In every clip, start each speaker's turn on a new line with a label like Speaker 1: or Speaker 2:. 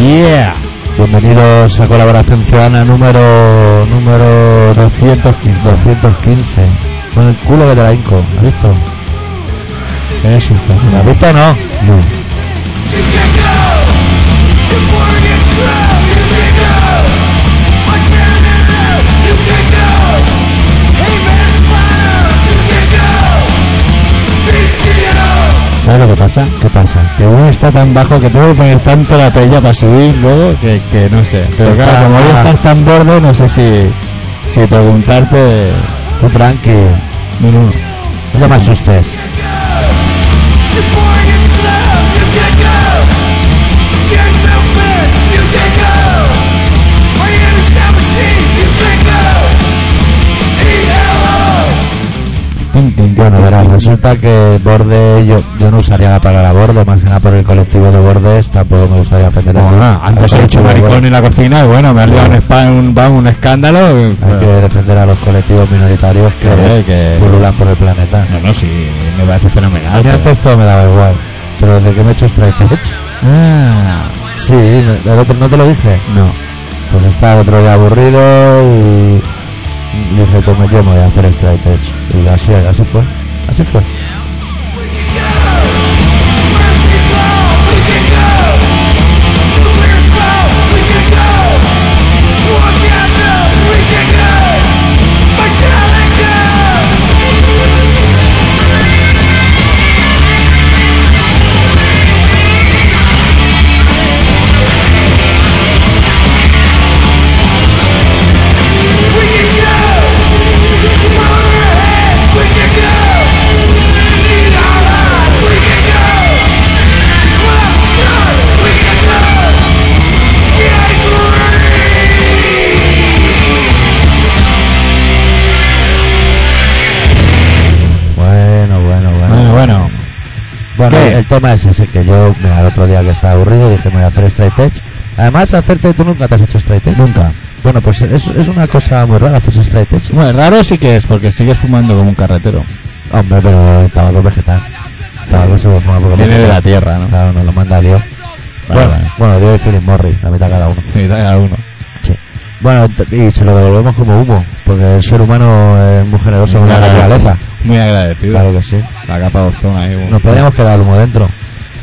Speaker 1: Yeah.
Speaker 2: Bienvenidos a Colaboración Ciudadana número número 215. 215. Con el culo que te la hinco. ¿Has visto?
Speaker 1: Eres un
Speaker 2: ¿Me has
Speaker 1: fenómeno.
Speaker 2: visto o no? No. ¿Sabes lo que pasa?
Speaker 1: ¿Qué pasa? Que uno está tan bajo que tengo que poner tanto la pella para subir luego que, que no sé. Pero
Speaker 2: Está-
Speaker 1: claro, como hoy estás tan borde, no sé si, si preguntarte.
Speaker 2: Tú tranqui.
Speaker 1: No, no.
Speaker 2: No te me asustes.
Speaker 1: Tin, tin,
Speaker 2: Bueno, verás, resulta que borde, yo, yo no usaría la palabra borde, más que nada por el colectivo de bordes, tampoco me gustaría ofender a
Speaker 1: Bueno, antes Pues he hecho maricón en la cocina y bueno, me ha liado un, espa- un, vamos, un escándalo.
Speaker 2: Hay que defender a los colectivos minoritarios que
Speaker 1: Joder, que-
Speaker 2: pululan por el planeta.
Speaker 1: No, no, sí, me parece
Speaker 2: A
Speaker 1: fenomenal.
Speaker 2: mí
Speaker 1: pero-
Speaker 2: antes todo me daba igual, pero desde que me he hecho strike
Speaker 1: Ah,
Speaker 2: Sí, el otro no te lo dije.
Speaker 1: no.
Speaker 2: Pues estaba otro día aburrido y y dije, pues me llamo voy a hacer strike edge. Y así, así fue, así fue. Bueno, bueno, bueno.
Speaker 1: Bueno, bueno.
Speaker 2: Bueno,
Speaker 1: ¿Qué?
Speaker 2: el tema es ese que yo, mira, el otro día que estaba aburrido dije, me voy a hacer straight edge. Además, hacerte, tú nunca te has hecho straight edge.
Speaker 1: Nunca.
Speaker 2: Bueno, pues es, es una cosa muy rara hacerse straight edge.
Speaker 1: Bueno, raro sí que es porque sigues fumando como un carretero.
Speaker 2: Hombre, pero el tabaco es vegetal. El tabaco se fuma por
Speaker 1: Viene de la
Speaker 2: vegetal.
Speaker 1: tierra, ¿no?
Speaker 2: Claro, nos lo manda Dios.
Speaker 1: Vale,
Speaker 2: bueno,
Speaker 1: vale.
Speaker 2: bueno, Dios y Philip Morris, la mitad cada uno.
Speaker 1: Sí, dale a uno.
Speaker 2: Bueno, t- y se lo devolvemos como humo, porque el ser humano es muy generoso con la
Speaker 1: Muy
Speaker 2: naturaleza.
Speaker 1: Muy agradecido.
Speaker 2: Claro que sí.
Speaker 1: La capa de ozono ahí. bueno.
Speaker 2: Nos podríamos quedar humo dentro.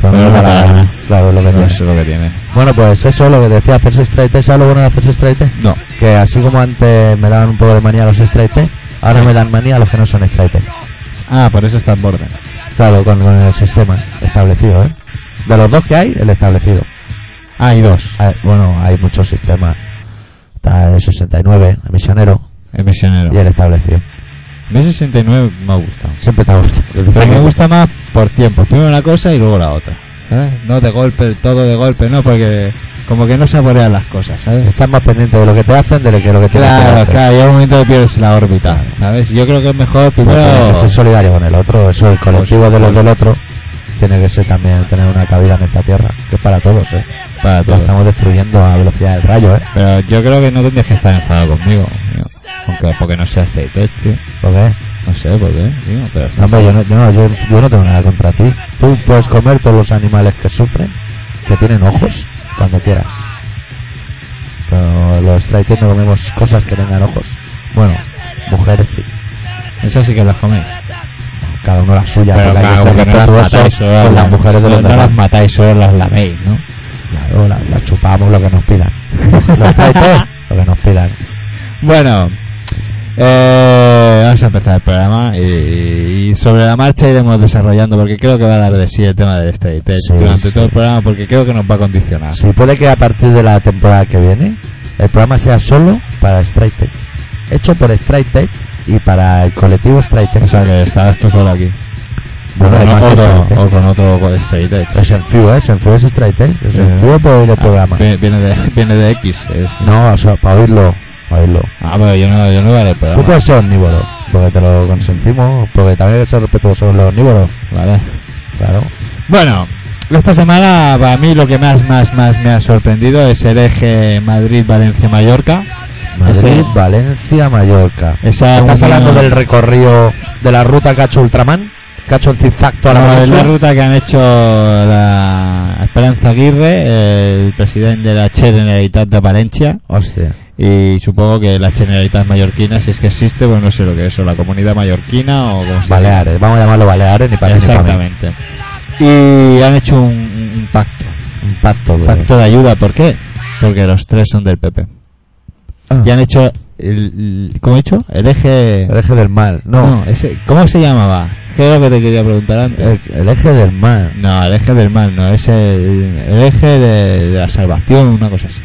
Speaker 2: Pero
Speaker 1: Pero
Speaker 2: no
Speaker 1: no
Speaker 2: da la
Speaker 1: te da
Speaker 2: gana.
Speaker 1: gana.
Speaker 2: Claro, es lo que
Speaker 1: No
Speaker 2: tiene.
Speaker 1: sé lo que tiene.
Speaker 2: Bueno, pues eso lo que decía, hacerse straight edge. ¿Sabes lo bueno de hacerse straight edge?
Speaker 1: No.
Speaker 2: Que así como antes me daban un poco de manía a los straight edge, ahora me dan manía a los que no son straight edge.
Speaker 1: Ah, por eso está en borde.
Speaker 2: Claro, con, con el sistema establecido, ¿eh? De los dos que hay, el establecido.
Speaker 1: Ah, y dos.
Speaker 2: Hay- bueno, hay muchos sistemas. Está el 69, el misionero,
Speaker 1: El misionero.
Speaker 2: y el establecido.
Speaker 1: B69 me gusta.
Speaker 2: Siempre te ha gustado.
Speaker 1: Pero me gusta
Speaker 2: pues.
Speaker 1: más por tiempo. Primero una cosa y luego la otra. ¿sabes? No de golpe, todo de golpe, no, porque como que no saborean las cosas, ¿sabes?
Speaker 2: Estás más pendiente de lo que te hacen de lo que lo que te
Speaker 1: Claro,
Speaker 2: hacen.
Speaker 1: claro, llega un momento que pierdes la órbita, ¿sabes? Yo creo que es mejor primero...
Speaker 2: Pero ser solidario con el otro, eso el colectivo de los del otro tiene que ser también tener una cabida en esta tierra, que es para todos, ¿eh?
Speaker 1: Para
Speaker 2: Lo
Speaker 1: todo.
Speaker 2: estamos destruyendo a velocidad del rayo, ¿eh?
Speaker 1: Pero yo creo que no tendrías que estar enfadado conmigo, tío. Aunque porque no seas de tech, tío.
Speaker 2: ¿Por qué?
Speaker 1: No sé por qué, tío. Pero
Speaker 2: No,
Speaker 1: está
Speaker 2: hombre, yo no, yo no- yo- yo no tengo nada contra ti. Tú puedes comer todos los animales que sufren, que tienen ojos, cuando quieras. Pero los traikes no comemos cosas que tengan ojos. Bueno, mujeres sí.
Speaker 1: Esas sí que las coméis.
Speaker 2: Cada uno las suyas.
Speaker 1: pero
Speaker 2: porque hay
Speaker 1: claro,
Speaker 2: que ser
Speaker 1: porque no las
Speaker 2: respetuoso
Speaker 1: matáis, solo
Speaker 2: con las mujeres de los
Speaker 1: no
Speaker 2: demás.
Speaker 1: las matáis, solo las laméis, ¿no?
Speaker 2: Claro, la, la chupamos lo que nos pidan. Los traidores, lo que nos pidan.
Speaker 1: Bueno, eh, vamos a empezar el programa y, y sobre la marcha iremos desarrollando porque creo que va a dar de sí el tema del state edge
Speaker 2: Sí,
Speaker 1: durante
Speaker 2: sí.
Speaker 1: todo el programa porque creo que nos va a condicionar.
Speaker 2: Si puede que a partir de la temporada que viene el programa sea solo para Straight Tech. Hecho por Straight Tech y para el colectivo Straight Tech.
Speaker 1: O sea que estás tú solo aquí.
Speaker 2: Bueno, este
Speaker 1: o,
Speaker 2: además es
Speaker 1: con
Speaker 2: Straight
Speaker 1: otro,
Speaker 2: Edge.
Speaker 1: o con otro state edge.
Speaker 2: Es en FIU, ¿eh? Es en FIU es Straight Tech. Es
Speaker 1: Sí.
Speaker 2: en FIU para oír el
Speaker 1: Ah,
Speaker 2: programa.
Speaker 1: vi- viene, de, viene de X. es-
Speaker 2: No, o sea, para oírlo. Para oírlo.
Speaker 1: Ah, pero yo no, yo no vale el
Speaker 2: Tú
Speaker 1: programa.
Speaker 2: puedes ser omnívoro, porque te lo consentimos, porque también hay que ser respetuoso con los omnívoros.
Speaker 1: Vale.
Speaker 2: Claro.
Speaker 1: Bueno, esta semana para mí lo que más, más, más me ha sorprendido es el eje Madrid-Valencia-Mallorca.
Speaker 2: Madrid,
Speaker 1: Ese-
Speaker 2: Valencia, Mallorca.
Speaker 1: Esa
Speaker 2: ¿Estás
Speaker 1: unión-
Speaker 2: hablando del recorrido de la ruta que ha hecho Ultraman? que ha hecho el zigzag a la
Speaker 1: Como es la
Speaker 2: península.
Speaker 1: ruta que han hecho la Esperanza Aguirre, el presidente de la Generalitat de Valencia,
Speaker 2: Hostia.
Speaker 1: y supongo que la Generalitat Mallorquina, si es que existe, bueno, no sé lo que es, o la comunidad mallorquina o como se llama.
Speaker 2: Baleares, vamos a llamarlo Baleares ni para mí ni para mí.
Speaker 1: Exactamente. Y han hecho un, un pacto,
Speaker 2: Un pacto,
Speaker 1: un
Speaker 2: de-
Speaker 1: pacto de ayuda, ¿por qué? Porque los tres son del PP.
Speaker 2: Ah.
Speaker 1: Y han hecho, el, el- ¿cómo he dicho? El eje...
Speaker 2: El eje del mal. No,
Speaker 1: No, ese, ¿cómo se llamaba? Creo que te quería preguntar antes.
Speaker 2: el, el eje del mal.
Speaker 1: No, el eje del mal, no, es el, el eje de, de la salvación, una cosa así.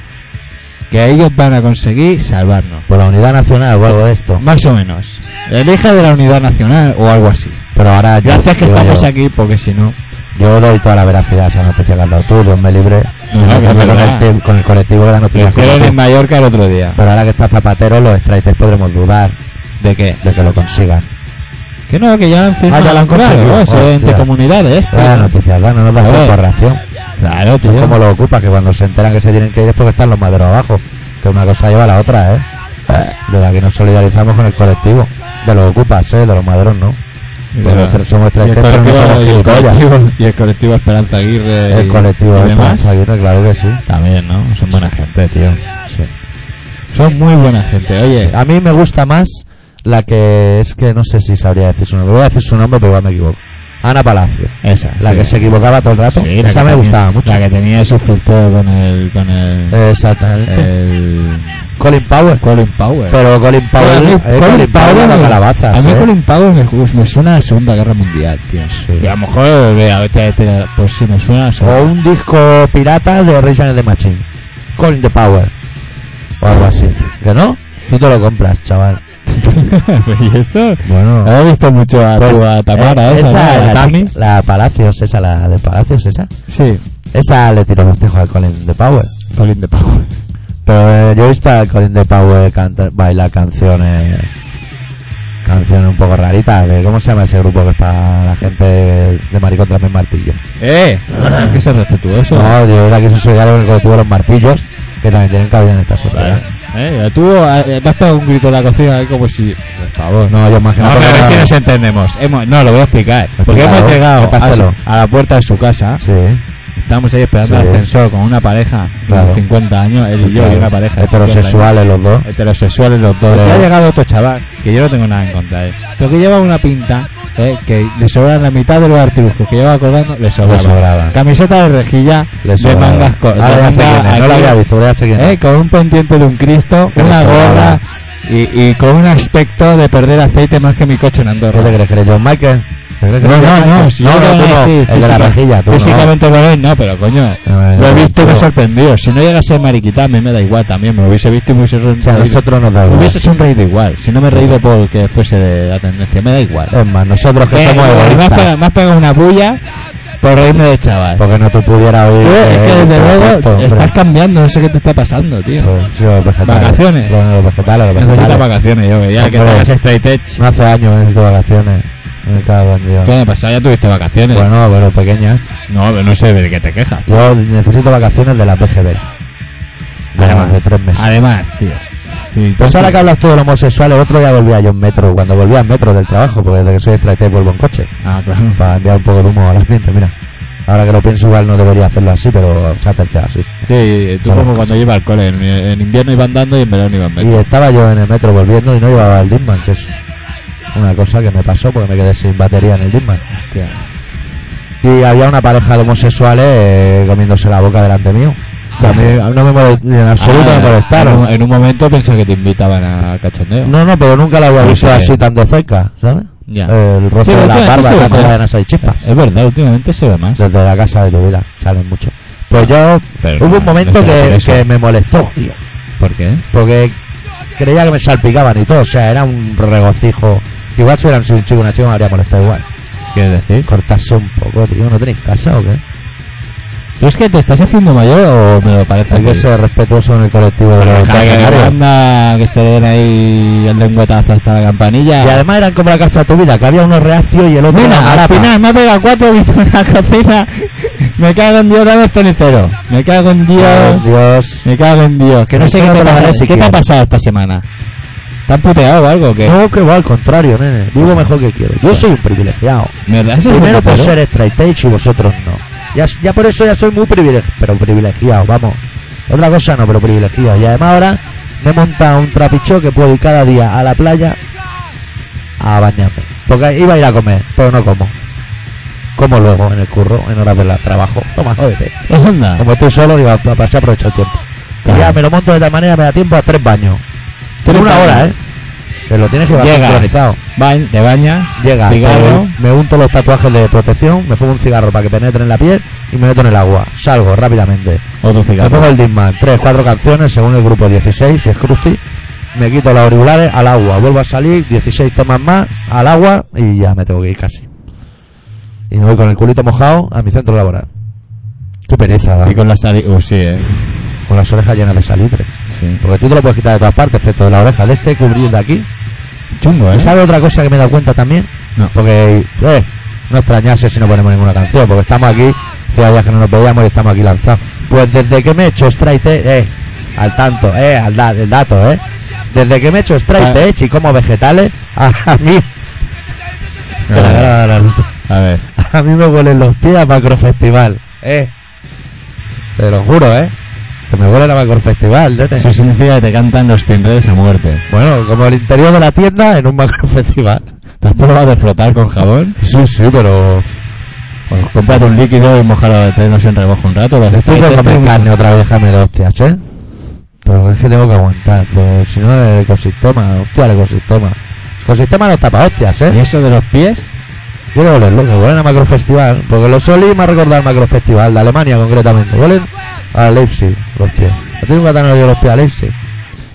Speaker 1: Que ellos van a conseguir salvarnos,
Speaker 2: Por la unidad nacional o algo de esto.
Speaker 1: más o menos. El eje de la unidad nacional o algo así.
Speaker 2: Pero ahora yo-
Speaker 1: Gracias que
Speaker 2: digo
Speaker 1: estamos
Speaker 2: yo,
Speaker 1: aquí porque si no...
Speaker 2: Yo doy toda la veracidad a esa noticia que has dado tú, Dios me libre.
Speaker 1: No, no, que es
Speaker 2: con, el
Speaker 1: verdad.
Speaker 2: colectivo, con el colectivo de las
Speaker 1: Lo
Speaker 2: noticias como
Speaker 1: hicieron
Speaker 2: tú.
Speaker 1: en Mallorca el otro día.
Speaker 2: Pero ahora que está Zapatero, los strikers podremos dudar
Speaker 1: ¿De qué?
Speaker 2: de que lo consigan.
Speaker 1: Que no, que ya lo han firmado.
Speaker 2: Ah, ya lo han
Speaker 1: claro,
Speaker 2: conseguido.
Speaker 1: eso es
Speaker 2: Hostia.
Speaker 1: entre comunidades. este.
Speaker 2: Pero las noticias, ¿verdad? No nos
Speaker 1: A
Speaker 2: da
Speaker 1: ver.
Speaker 2: tiempo a reacción.
Speaker 1: Claro,
Speaker 2: Tú
Speaker 1: tío.
Speaker 2: como lo ocupa, que cuando se enteran que se tienen que ir es porque están los maderos abajo. Que una cosa lleva a la otra, ¿eh? Desde aquí nos solidarizamos con el colectivo. De los ocupas, ¿eh? De los maderos, ¿no? Pero nosotros somos
Speaker 1: y el
Speaker 2: strikers, pero no
Speaker 1: colectivo-
Speaker 2: somos
Speaker 1: y el
Speaker 2: gilipollas.
Speaker 1: colectivo- y el colectivo Esperanza Aguirre.
Speaker 2: El
Speaker 1: y-
Speaker 2: colectivo
Speaker 1: y
Speaker 2: de
Speaker 1: demás.
Speaker 2: Esperanza Aguirre, claro que sí.
Speaker 1: También, ¿no? Son buena gente, tío.
Speaker 2: Sí.
Speaker 1: Son muy buena gente. Oye,
Speaker 2: A mí me gusta más la que es que no sé si sabría decir su nombre. Voy a decir su nombre, pero igual me equivoco. Ana Palacio.
Speaker 1: esa.
Speaker 2: La
Speaker 1: sí.
Speaker 2: que se equivocaba todo el rato.
Speaker 1: Sí, la
Speaker 2: Esa
Speaker 1: que
Speaker 2: me
Speaker 1: tenía-
Speaker 2: gustaba mucho.
Speaker 1: La que tenía esos filtros con el. con el. Eh.
Speaker 2: Exactamente.
Speaker 1: el
Speaker 2: Colin Powell.
Speaker 1: Colin Powell.
Speaker 2: Pero Colin
Speaker 1: A
Speaker 2: Powell,
Speaker 1: mí
Speaker 2: eh, Colin Powell era calabazas.
Speaker 1: A mí
Speaker 2: eh.
Speaker 1: Colin Powell me, ju- me suena a la Segunda Guerra Mundial, tío. Y a lo mejor, vea, vete a- vete a- pues si me suena a
Speaker 2: O
Speaker 1: Segunda-
Speaker 2: un disco pirata de Rage Against the Machine. Colin the Power. O algo así. ¿Que no? Tú te lo compras, chaval. Eh,
Speaker 1: ¿Y eso?
Speaker 2: Bueno.
Speaker 1: ¿Has visto mucho a,
Speaker 2: Pues,
Speaker 1: tu- pues, a Tamara esa, ¿no? ¿A
Speaker 2: eh, la,
Speaker 1: Tami?
Speaker 2: la Palacios, esa, la de Palacios, esa.
Speaker 1: Sí,
Speaker 2: Esa le tiró los tejos a Colin the Power.
Speaker 1: Colin de Powell.
Speaker 2: Pero eh, yo he visto a Colin de Powell cantar, bailar canciones canciones un poco raritas. que- ¿Cómo se llama ese grupo que está la gente de, de Maricón tras el martillo?
Speaker 1: ¡Eh! Hay que ser respetuoso.
Speaker 2: No, de verdad que soy solidario con el colectivo de los martillos, que también tienen cabida en esta sociedad.
Speaker 1: Eh, tú ah, eh, te has pegado un grito en la cocina ahí como si... Por favor.
Speaker 2: No, yo imagino
Speaker 1: No,
Speaker 2: que
Speaker 1: pero a ver
Speaker 2: no.
Speaker 1: si nos entendemos. Hemos- no, lo voy a explicar. Porque hemos
Speaker 2: Explícalo,
Speaker 1: llegado a,
Speaker 2: repásalo.
Speaker 1: su- a la puerta de su casa.
Speaker 2: Sí.
Speaker 1: Estamos ahí esperando
Speaker 2: Sí.
Speaker 1: el ascensor con una pareja
Speaker 2: Claro.
Speaker 1: de 50 años, él y yo, y una pareja de 50
Speaker 2: Heterosexuales los dos.
Speaker 1: años. Heterosexuales los dos.
Speaker 2: Claro.
Speaker 1: Y ha llegado otro chaval, que yo no tengo nada en contra de él. Pero que lleva una pinta, eh, que le sobran la mitad de los artilugios que lleva acordando, le sobraba.
Speaker 2: Le sobraba.
Speaker 1: Camiseta de rejilla,
Speaker 2: Les
Speaker 1: de
Speaker 2: sobraba.
Speaker 1: mangas cortas.
Speaker 2: Ahora Ah, ya sé quién es, No lo había visto, ahora ya sé quién es.
Speaker 1: Eh, con un pendiente de un Cristo,
Speaker 2: Que
Speaker 1: una
Speaker 2: le sobraba.
Speaker 1: gorra y, y con un aspecto de perder aceite más que mi coche en Andorra.
Speaker 2: ¿Qué te crees que eres John Michael? ¿Te crees que
Speaker 1: No,
Speaker 2: eres John
Speaker 1: no, pues no,
Speaker 2: Michael?
Speaker 1: si
Speaker 2: no,
Speaker 1: yo
Speaker 2: no,
Speaker 1: te
Speaker 2: tú
Speaker 1: voy a
Speaker 2: no,
Speaker 1: decir
Speaker 2: el de la
Speaker 1: física-
Speaker 2: rejilla, tú no.
Speaker 1: Físicamente con él no, pero coño,
Speaker 2: No,
Speaker 1: lo he
Speaker 2: no,
Speaker 1: visto y me he
Speaker 2: tú.
Speaker 1: sorprendido. Si no llegase mariquita, a mí me da igual también. Me hubiese visto y me hubiese
Speaker 2: O sea, a
Speaker 1: sonreído.
Speaker 2: nosotros nos da
Speaker 1: Me
Speaker 2: igual.
Speaker 1: hubiese sonreído igual. Si no me he reído porque fuese de la tendencia, me da igual.
Speaker 2: Es más, nosotros que
Speaker 1: Eh,
Speaker 2: somos
Speaker 1: me has
Speaker 2: egoístas,
Speaker 1: pegado- me has pegado una bulla por reírme del chaval.
Speaker 2: porque no te pudiera oír.
Speaker 1: Tú, es que
Speaker 2: eh,
Speaker 1: desde
Speaker 2: perfecto,
Speaker 1: luego
Speaker 2: hombre.
Speaker 1: estás cambiando, no sé qué te está pasando, tío.
Speaker 2: Pues, sí, los vegetales.
Speaker 1: ¿Vacaciones?
Speaker 2: Bueno, los vegetales, los
Speaker 1: Necesitas
Speaker 2: vegetales.
Speaker 1: vacaciones, yo, que ya que
Speaker 2: Hombre.
Speaker 1: tengas straight edge.
Speaker 2: No hace años necesito vacaciones. Me cago en Dios.
Speaker 1: ¿Qué año pasado ya tuviste vacaciones?
Speaker 2: Bueno, pero pequeñas.
Speaker 1: No, pero no sé de qué te quejas.
Speaker 2: Yo necesito vacaciones de la PGB.
Speaker 1: Ah,
Speaker 2: Además, de tres meses.
Speaker 1: Además, tío. Ah, Sí,
Speaker 2: Pues ahora que hablas tú de los homosexuales, el otro día volvía yo en metro, cuando volvía en metro del trabajo, porque desde que soy extraite vuelvo en coche,
Speaker 1: Ah, claro.
Speaker 2: para enviar un poco de humo al ambiente, mira. Ahora que lo pienso igual no debería hacerlo así, pero se ha acercado así.
Speaker 1: Sí, tú
Speaker 2: Son
Speaker 1: como
Speaker 2: las
Speaker 1: cuando lleva alcohol. En, en invierno iba andando y en verano iba en
Speaker 2: Y
Speaker 1: metro.
Speaker 2: estaba yo en el metro volviendo y no llevaba el Disman, que es una cosa que me pasó porque me quedé sin batería en el Disman. Y había una pareja de homosexuales eh, comiéndose la boca delante mío. Que a mí no me molestaron, en absoluto
Speaker 1: Ah,
Speaker 2: me
Speaker 1: En
Speaker 2: molestaron.
Speaker 1: un, en un momento pensé que te invitaban a cachondeo.
Speaker 2: No, no, pero nunca la había
Speaker 1: Sí,
Speaker 2: visto
Speaker 1: sí.
Speaker 2: así tan de cerca, ¿sabes?
Speaker 1: Ya.
Speaker 2: El roce
Speaker 1: Sí,
Speaker 2: de la
Speaker 1: sí,
Speaker 2: barba,
Speaker 1: sí,
Speaker 2: que hace
Speaker 1: sí.
Speaker 2: la de Nasa y Chispa.
Speaker 1: Es verdad, últimamente se ve más.
Speaker 2: desde la casa de tu vida, salen mucho. Pues yo,
Speaker 1: Pero este
Speaker 2: hubo
Speaker 1: no,
Speaker 2: un momento
Speaker 1: no se
Speaker 2: que,
Speaker 1: regresa.
Speaker 2: que me molestó, tío,
Speaker 1: ¿Por qué?
Speaker 2: porque creía que me salpicaban y todo, o sea, era un regocijo. Igual si hubieran sido un chico y una chica me habría molestado igual.
Speaker 1: ¿Quieres decir?
Speaker 2: Cortarse un poco, tío, ¿no tenéis casa o qué?
Speaker 1: ¿Tú es que te estás haciendo mayor o me lo parece?
Speaker 2: Hay que
Speaker 1: que-
Speaker 2: ser respetuoso con el colectivo de
Speaker 1: Deja
Speaker 2: los
Speaker 1: que
Speaker 2: canarios.
Speaker 1: anda, que se den ahí el lengüetazo hasta la
Speaker 2: Y
Speaker 1: campanilla.
Speaker 2: además eran como la casa de tu vida, que había uno reacio y el otro era
Speaker 1: Ah. Mira, al
Speaker 2: garapa.
Speaker 1: final me ha pegado cuatro gritos en la cocina. Me cago en Dios, dame el cenicero. Me cago en Dios.
Speaker 2: Por Dios.
Speaker 1: Me cago en Dios, que no
Speaker 2: Me
Speaker 1: sé qué
Speaker 2: cago
Speaker 1: te
Speaker 2: en la
Speaker 1: pasa.
Speaker 2: leche,
Speaker 1: ¿Qué te ha
Speaker 2: quiero.
Speaker 1: pasado esta semana? ¿Te han puteado o algo? Que...
Speaker 2: No, que va al contrario, nene.
Speaker 1: Pues
Speaker 2: Vivo mejor que quiero. Yo soy un privilegiado.
Speaker 1: ¿Verdad? ¿Eso es
Speaker 2: Primero por
Speaker 1: putatero?
Speaker 2: ser straight edge y vosotros no. Ya, ya por eso ya soy muy privilegiado, pero privilegiado, vamos. Otra cosa no, pero privilegiado. Y además ahora me he montado un trapichó que puedo ir cada día a la playa a bañarme. Porque iba a ir a comer, pero no como. Como luego en el curro, en horas de la- trabajo. Toma, jódete.
Speaker 1: Onda.
Speaker 2: Como estoy solo, digo, para aprovechar el tiempo.
Speaker 1: Claro.
Speaker 2: Y ya me lo monto de tal manera, me da tiempo a tres baños. Tiene una hora, ¿eh? Que lo tienes que llevar
Speaker 1: Llegas.
Speaker 2: sincronizado.
Speaker 1: Ba- te bañas,
Speaker 2: Llega,
Speaker 1: cigarro.
Speaker 2: me, me unto los tatuajes de protección, me fumo un cigarro para que penetre en la piel y me meto en el agua. Salgo rápidamente.
Speaker 1: otro
Speaker 2: Me pongo
Speaker 1: cigarro.
Speaker 2: el Disman, tres, cuatro canciones según el grupo 16, si es Krusty. Me quito los auriculares al agua, vuelvo a salir, 16 temas más al agua y ya me tengo que ir casi. Y me voy con el culito mojado a mi centro laboral. Qué pereza, ¿verdad?
Speaker 1: Y con la salida. Uh, sí, eh.
Speaker 2: con las orejas llenas de salitre.
Speaker 1: Sí.
Speaker 2: Porque tú te lo puedes quitar de todas partes, excepto de la oreja de este, cubrir de aquí.
Speaker 1: Chungo,
Speaker 2: ¿Y
Speaker 1: ¿eh?
Speaker 2: ¿Sabes otra cosa que me he dado cuenta también?
Speaker 1: No.
Speaker 2: Porque, eh, no extrañarse si no ponemos ninguna canción, porque estamos aquí, hacía ya que no nos veíamos y estamos aquí lanzados. Pues desde que me he hecho straight edge, eh, al tanto, eh, al da- el dato, eh. Desde que me he hecho straight
Speaker 1: Ah.
Speaker 2: edge y como vegetales, a, a mí...
Speaker 1: A ver, a ver.
Speaker 2: A mí me huelen los pies a macrofestival, eh. Te lo juro, eh. Que me huele a macrofestival, nene.
Speaker 1: Eso significa que te cantan los pinreles a muerte.
Speaker 2: Bueno, como el interior de la tienda en un macrofestival.
Speaker 1: ¿Te has probado de flotar con jabón?
Speaker 2: Sí, sí, pero...
Speaker 1: Pues cómprate un líquido y mojalo de trenos en remojo un rato. Los
Speaker 2: Estoy por
Speaker 1: straight
Speaker 2: comer
Speaker 1: edge-
Speaker 2: carne otra vez, déjame de hostias, ¿eh? Pero es que tengo que aguantar, pues si no el ecosistema, hostia el ecosistema. El ecosistema no está para hostias,
Speaker 1: ¿Y
Speaker 2: ¿eh?
Speaker 1: eso de los pies?
Speaker 2: Quiero olerlo, que huelen a macrofestival, porque los Oli me ha recordado al macrofestival de Alemania concretamente. Huelen a Leipzig, los pies. ¿No tengo que tan olido los pies a Leipzig?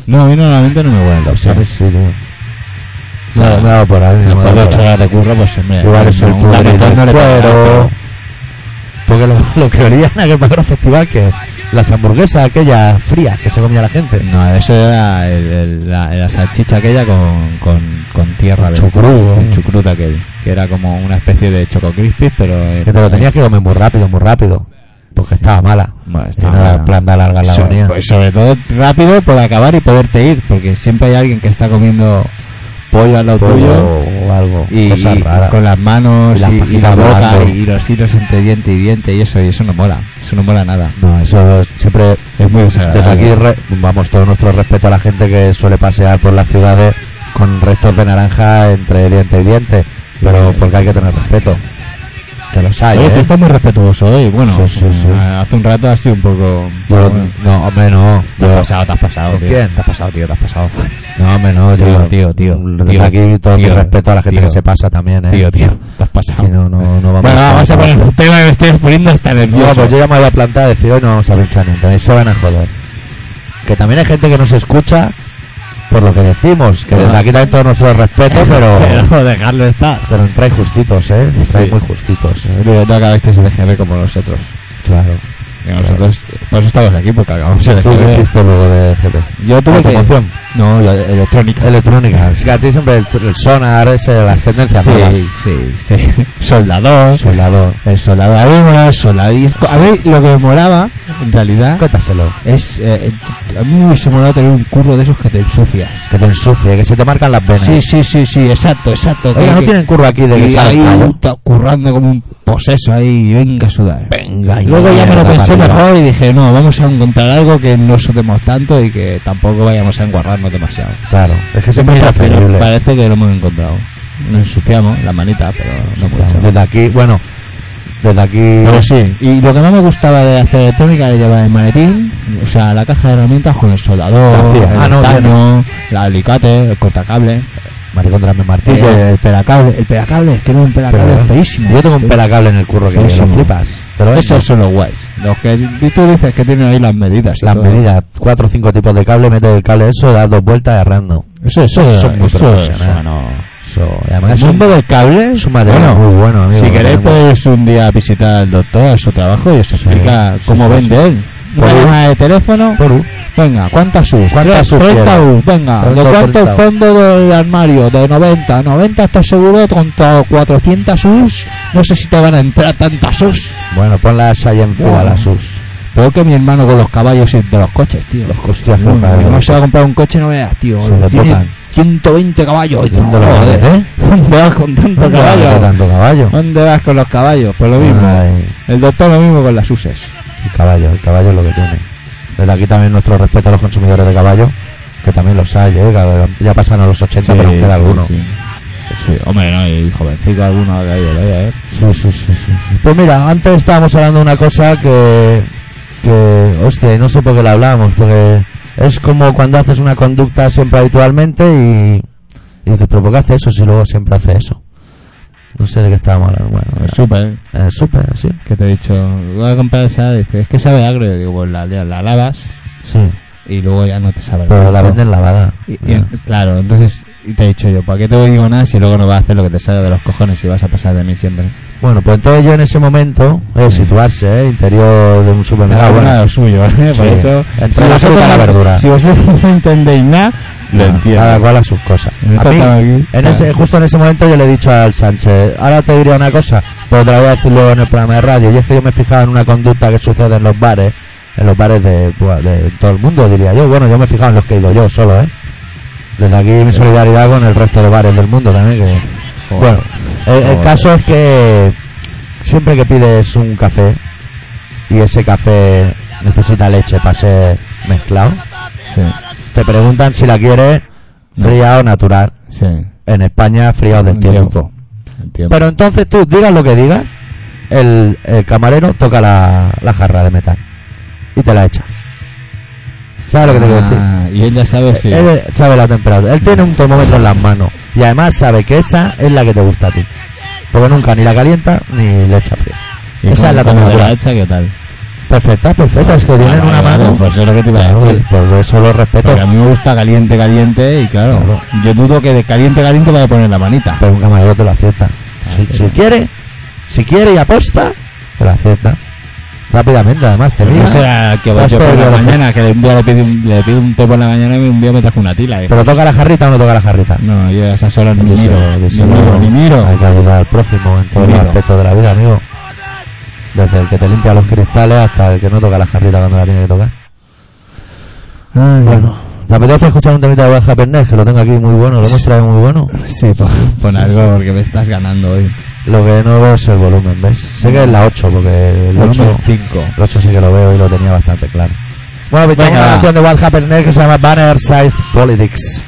Speaker 1: No, a mí normalmente no me huelen los
Speaker 2: Sí,
Speaker 1: pies.
Speaker 2: sí, tío. Me
Speaker 1: Nada.
Speaker 2: ha- me ha dado por ahí, me ha
Speaker 1: Después de
Speaker 2: dado por
Speaker 1: ocho
Speaker 2: ahí.
Speaker 1: horas de curro, pues hombre.
Speaker 2: Igual es el
Speaker 1: un tapetón no
Speaker 2: puro
Speaker 1: le toca,
Speaker 2: cuero.
Speaker 1: pero-
Speaker 2: Porque lo, lo que olían en aquel macrofestival que es las hamburguesas aquellas frías que se comía la gente.
Speaker 1: No, eso era el- el- la, la salchicha aquella con, con, con tierra.
Speaker 2: El
Speaker 1: ¿verdad?
Speaker 2: chucrú,
Speaker 1: El
Speaker 2: ¿eh?
Speaker 1: chucrut aquel. Que era como una especie de choco crispis, pero... eh,
Speaker 2: Que te lo tenías que comer muy rápido, muy rápido. Porque estaba mala.
Speaker 1: Bueno,
Speaker 2: Y
Speaker 1: estaba
Speaker 2: no era
Speaker 1: mala.
Speaker 2: plan de alargar la
Speaker 1: So-
Speaker 2: agonía.
Speaker 1: pues sobre todo rápido por acabar y poderte ir, porque siempre hay alguien que está comiendo pollo al lado
Speaker 2: Pollo
Speaker 1: tuyo
Speaker 2: o algo.
Speaker 1: y,
Speaker 2: cosas
Speaker 1: y
Speaker 2: raras.
Speaker 1: con las manos
Speaker 2: Y
Speaker 1: y,
Speaker 2: las
Speaker 1: y
Speaker 2: páginas
Speaker 1: la boca
Speaker 2: volando.
Speaker 1: y, y los hilos entre diente y diente y eso, y eso no mola, eso no mola nada.
Speaker 2: No, eso siempre
Speaker 1: Es muy
Speaker 2: Desde aquí,
Speaker 1: desagradable.
Speaker 2: re- vamos, todo nuestro respeto a la gente que suele pasear por las ciudades con restos de naranja entre diente y diente. Pero porque hay que tener respeto. Que los hay,
Speaker 1: Oye,
Speaker 2: ¿eh?
Speaker 1: tú estás muy respetuoso hoy, bueno,
Speaker 2: Sí, sí, sí.
Speaker 1: eh, hace un rato ha sido un poco...
Speaker 2: Yo-
Speaker 1: bueno,
Speaker 2: no, hombre, no.
Speaker 1: te has
Speaker 2: Yo-
Speaker 1: pasado, te has pasado,
Speaker 2: ¿Con
Speaker 1: tío.
Speaker 2: quién?
Speaker 1: Te has pasado, tío, te has pasado.
Speaker 2: no, hombre, no.
Speaker 1: Tío,
Speaker 2: yo-
Speaker 1: tío, tío,
Speaker 2: Desde
Speaker 1: tío,
Speaker 2: aquí todo mi
Speaker 1: tío,
Speaker 2: respeto a la gente
Speaker 1: tío.
Speaker 2: que se pasa también, ¿eh?
Speaker 1: Tío, tío, te has pasado.
Speaker 2: Que no, no, no vamos
Speaker 1: bueno,
Speaker 2: a-
Speaker 1: vamos a poner un tema que me estoy poniendo hasta nervioso.
Speaker 2: No, pues yo ya me voy a plantar a decir hoy no vamos a pinchar nunca, y se van a joder. Que también hay gente que nos escucha por lo que decimos, que
Speaker 1: Ah.
Speaker 2: desde aquí también todo nuestro respeto, pero,
Speaker 1: Pero dejarlo estar.
Speaker 2: pero entráis justitos, ¿eh? Entráis
Speaker 1: Sí.
Speaker 2: muy justitos. ¿eh?
Speaker 1: Pero no acabasteis en EGB como nosotros.
Speaker 2: Claro.
Speaker 1: Que nosotros, por eso estamos aquí, porque acabamos en
Speaker 2: ¿Tú qué
Speaker 1: EGB.
Speaker 2: hiciste luego de GP?
Speaker 1: Yo tuve que...
Speaker 2: Automoción.
Speaker 1: No, yo- electrónica.
Speaker 2: Electrónica. Es que a ti siempre el, el sonar, eh, ese, las tendencias
Speaker 1: Sí,
Speaker 2: nuevas.
Speaker 1: sí, sí. Soldador.
Speaker 2: Soldador.
Speaker 1: El soldado a uno, soldado disco. A ver, lo que me molaba, en realidad,
Speaker 2: Cuéntaselo.
Speaker 1: es... eh, a mí me hubiese molado tener un curro de esos que te ensucias.
Speaker 2: Que te ensucie, que se te marcan las venas.
Speaker 1: Sí, sí, sí, sí, exacto, exacto.
Speaker 2: Oiga,
Speaker 1: que-
Speaker 2: no
Speaker 1: que-
Speaker 2: tienen curva aquí de que
Speaker 1: y
Speaker 2: sale
Speaker 1: ahí
Speaker 2: el tallo.
Speaker 1: puta, currando como un poseso ahí y venga a sudar.
Speaker 2: Venga, y
Speaker 1: Luego ya me lo
Speaker 2: mierda
Speaker 1: pensé
Speaker 2: para arriba.
Speaker 1: mejor y dije, no, vamos a encontrar algo que no sudemos tanto y que tampoco vayamos a enguarrarnos demasiado.
Speaker 2: Claro, es que siempre es
Speaker 1: Pero
Speaker 2: preferible.
Speaker 1: parece que lo hemos encontrado. Nos ensuciamos la manita, pero no mucho.
Speaker 2: Desde aquí, bueno, desde aquí.
Speaker 1: Pero sí, y lo que más me gustaba de hacer electrónica era llevar el maletín, o sea, la caja de herramientas con el soldador,
Speaker 2: Vacía.
Speaker 1: el
Speaker 2: Ah, no,
Speaker 1: taño,
Speaker 2: que
Speaker 1: el alicate, el cortacable,
Speaker 2: Maricón Drame
Speaker 1: el,
Speaker 2: Martillo.
Speaker 1: el pelacable, el pelacable, es que era un pelacable
Speaker 2: Pero-
Speaker 1: feísimo.
Speaker 2: Yo tengo un pelacable en el curro que
Speaker 1: Feísimo.
Speaker 2: lo flipas. Pero
Speaker 1: Esos
Speaker 2: eso
Speaker 1: son los guays, los que y tú dices que tienen ahí las medidas. y
Speaker 2: las
Speaker 1: todo.
Speaker 2: medidas, cuatro o cinco tipos de cable, metes el cable eso, das dos vueltas y arrando.
Speaker 1: Eso, eso,
Speaker 2: Eso es muy
Speaker 1: eso,
Speaker 2: profesional.
Speaker 1: no.
Speaker 2: Eso, y
Speaker 1: El
Speaker 2: además es
Speaker 1: mundo
Speaker 2: un,
Speaker 1: del cable
Speaker 2: es un material
Speaker 1: Bueno,
Speaker 2: muy bueno, amigo.
Speaker 1: Si queréis
Speaker 2: Tenemos-
Speaker 1: podéis un día visitar al doctor a su trabajo y os explica
Speaker 2: sí,
Speaker 1: cómo
Speaker 2: sí,
Speaker 1: vende
Speaker 2: sí.
Speaker 1: él.
Speaker 2: Por
Speaker 1: Una
Speaker 2: un-
Speaker 1: llamada de teléfono.
Speaker 2: Por un-
Speaker 1: Venga, ¿cuántas us?
Speaker 2: ¿Cuántas
Speaker 1: Tres,
Speaker 2: us
Speaker 1: 30
Speaker 2: quieres?
Speaker 1: us, venga. ¿De
Speaker 2: ¿Cuánto
Speaker 1: cuánto el
Speaker 2: 30 us?
Speaker 1: fondo del armario? De 90. 90 estás seguro contra 400 us. No sé si te van a entrar tantas us.
Speaker 2: Bueno, ponlas ahí en fuga,
Speaker 1: Bueno.
Speaker 2: las sus.
Speaker 1: Peor que mi hermano con los caballos y de los coches, tío. Los
Speaker 2: Hostias,
Speaker 1: no,
Speaker 2: no,
Speaker 1: no se va a comprar un coche, no veas, tío.
Speaker 2: Se lo
Speaker 1: Tiene
Speaker 2: tocan.
Speaker 1: 120 caballos. Y tú,
Speaker 2: ¿Dónde lo
Speaker 1: joder,
Speaker 2: metes, eh?
Speaker 1: ¿Dónde vas con tanto
Speaker 2: ¿Dónde va a meter
Speaker 1: caballo?
Speaker 2: tanto caballo?
Speaker 1: ¿Dónde vas con los caballos? Pues lo mismo.
Speaker 2: Ay,
Speaker 1: El doctor lo mismo con las uses.
Speaker 2: el caballo, el caballo es lo que tiene. Desde aquí también nuestro respeto a los consumidores de caballo, que también los hay, ¿eh? Cada- ya pasan a los 80, pero aún queda alguno.
Speaker 1: Sí. Sí, hombre, no, y jovencito alguno que hay de ley, ¿eh?
Speaker 2: Sí, sí, sí, sí, sí. Pues mira, antes estábamos hablando de una cosa que, que, hostia, y no sé por qué la hablamos, porque es como cuando haces una conducta siempre habitualmente y, y dices, pero ¿por qué hace eso si luego siempre hace eso? No sé de qué estábamos hablando. Bueno,
Speaker 1: El súper,
Speaker 2: eh, súper, sí.
Speaker 1: que te he dicho, voy a comprar esa, dice, es que sabe agrio. Y digo, pues la, la, la lavas
Speaker 2: Sí,
Speaker 1: y luego ya no te sabe
Speaker 2: pero la
Speaker 1: rico.
Speaker 2: venden lavada.
Speaker 1: Y- y- Claro, entonces y te he dicho yo, ¿para qué te digo nada si luego no vas a hacer lo que te sale de los cojones y vas a pasar de mí siempre?
Speaker 2: Bueno, pues entonces yo en ese momento, eh, situarse, eh, interior de un supermercado.
Speaker 1: Cada uno
Speaker 2: bueno,
Speaker 1: a lo suyo, ¿eh? Por
Speaker 2: Sí.
Speaker 1: eso,
Speaker 2: Entre la fruta y la
Speaker 1: no-
Speaker 2: verdura.
Speaker 1: si vosotros no entendéis nada, lo
Speaker 2: Bueno,
Speaker 1: entiendo.
Speaker 2: Cada cual a sus cosas.
Speaker 1: Me
Speaker 2: A mí,
Speaker 1: toca aquí.
Speaker 2: en
Speaker 1: Claro.
Speaker 2: ese, justo en ese momento yo le he dicho al Sánchez, ahora te diré una cosa, pues pero te la voy a decir luego en el programa de radio, y es que yo me he fijado en una conducta que sucede en los bares, en los bares de, pues, de todo el mundo, diría yo. Bueno, yo me he fijado en los que he ido yo solo, ¿eh? Desde aquí mi solidaridad con el resto de bares del mundo también. que-
Speaker 1: Joder.
Speaker 2: Bueno, el, el
Speaker 1: Joder.
Speaker 2: caso es que siempre que pides un café y ese café necesita leche para ser mezclado,
Speaker 1: Sí,
Speaker 2: te preguntan si la quieres
Speaker 1: No.
Speaker 2: fría o natural.
Speaker 1: sí.
Speaker 2: En España, fría o del tiempo.
Speaker 1: El tiempo.
Speaker 2: Pero entonces tú, digas lo que digas, el, el camarero toca la, la jarra de metal y te la echa. ¿Sabes lo que te quiero decir? Eh,
Speaker 1: Ah, Y él ya sabe si...
Speaker 2: Él sabe la temperatura. Él tiene un termómetro en las manos y además sabe que esa es la que te gusta a ti. Porque nunca ni la calienta ni le echa fría.
Speaker 1: ¿Y
Speaker 2: esa
Speaker 1: cómo-
Speaker 2: es la
Speaker 1: cómo te
Speaker 2: temperatura.
Speaker 1: la hecha, ¿qué tal?
Speaker 2: Perfecta, perfecta. Es que tienen
Speaker 1: Ah,
Speaker 2: una
Speaker 1: vale,
Speaker 2: mano.
Speaker 1: vale, Pues eso es lo que te iba a
Speaker 2: Claro,
Speaker 1: decir.
Speaker 2: por eso lo respeto.
Speaker 1: Porque a mí me gusta caliente, caliente y claro,
Speaker 2: Claro.
Speaker 1: yo dudo que de caliente, caliente vaya a poner la manita.
Speaker 2: Pero un camarero te lo acierta. Si, si quiere, si quiere y apuesta, te lo acierta. Rápidamente, además, te mira.
Speaker 1: Ese era el que voy yo
Speaker 2: Esto
Speaker 1: por
Speaker 2: yo
Speaker 1: la
Speaker 2: lo-
Speaker 1: mañana, que un día le pido un, le pido un té por la mañana y un día me trajo una tila. eh.
Speaker 2: Pero toca la jarrita o no toca la jarrita.
Speaker 1: No, yo a esas horas ni
Speaker 2: Dice-
Speaker 1: miro,
Speaker 2: dice,
Speaker 1: ni miro,
Speaker 2: no,
Speaker 1: ni miro.
Speaker 2: Hay que ayudar al prójimo en todos
Speaker 1: Ni
Speaker 2: los
Speaker 1: miro.
Speaker 2: aspectos de la vida, amigo. Desde el que te limpia los cristales hasta el que no toca la jarrita cuando la tiene que tocar. Bueno, ¿te apetece escuchar un temita de Baja Pernet? Que lo tengo aquí muy bueno, lo hemos traído muy bueno.
Speaker 1: Sí, pon, pon algo porque me estás ganando hoy.
Speaker 2: Lo que no veo es el volumen, ¿ves? Sé que es la 8, porque el
Speaker 1: Volumen
Speaker 2: 8...
Speaker 1: cinco.
Speaker 2: El 8 sí que lo veo y lo tenía bastante claro. Bueno, pues tengo
Speaker 1: Venga,
Speaker 2: una
Speaker 1: va.
Speaker 2: canción de What Happened Next que se llama Banner Size Politics.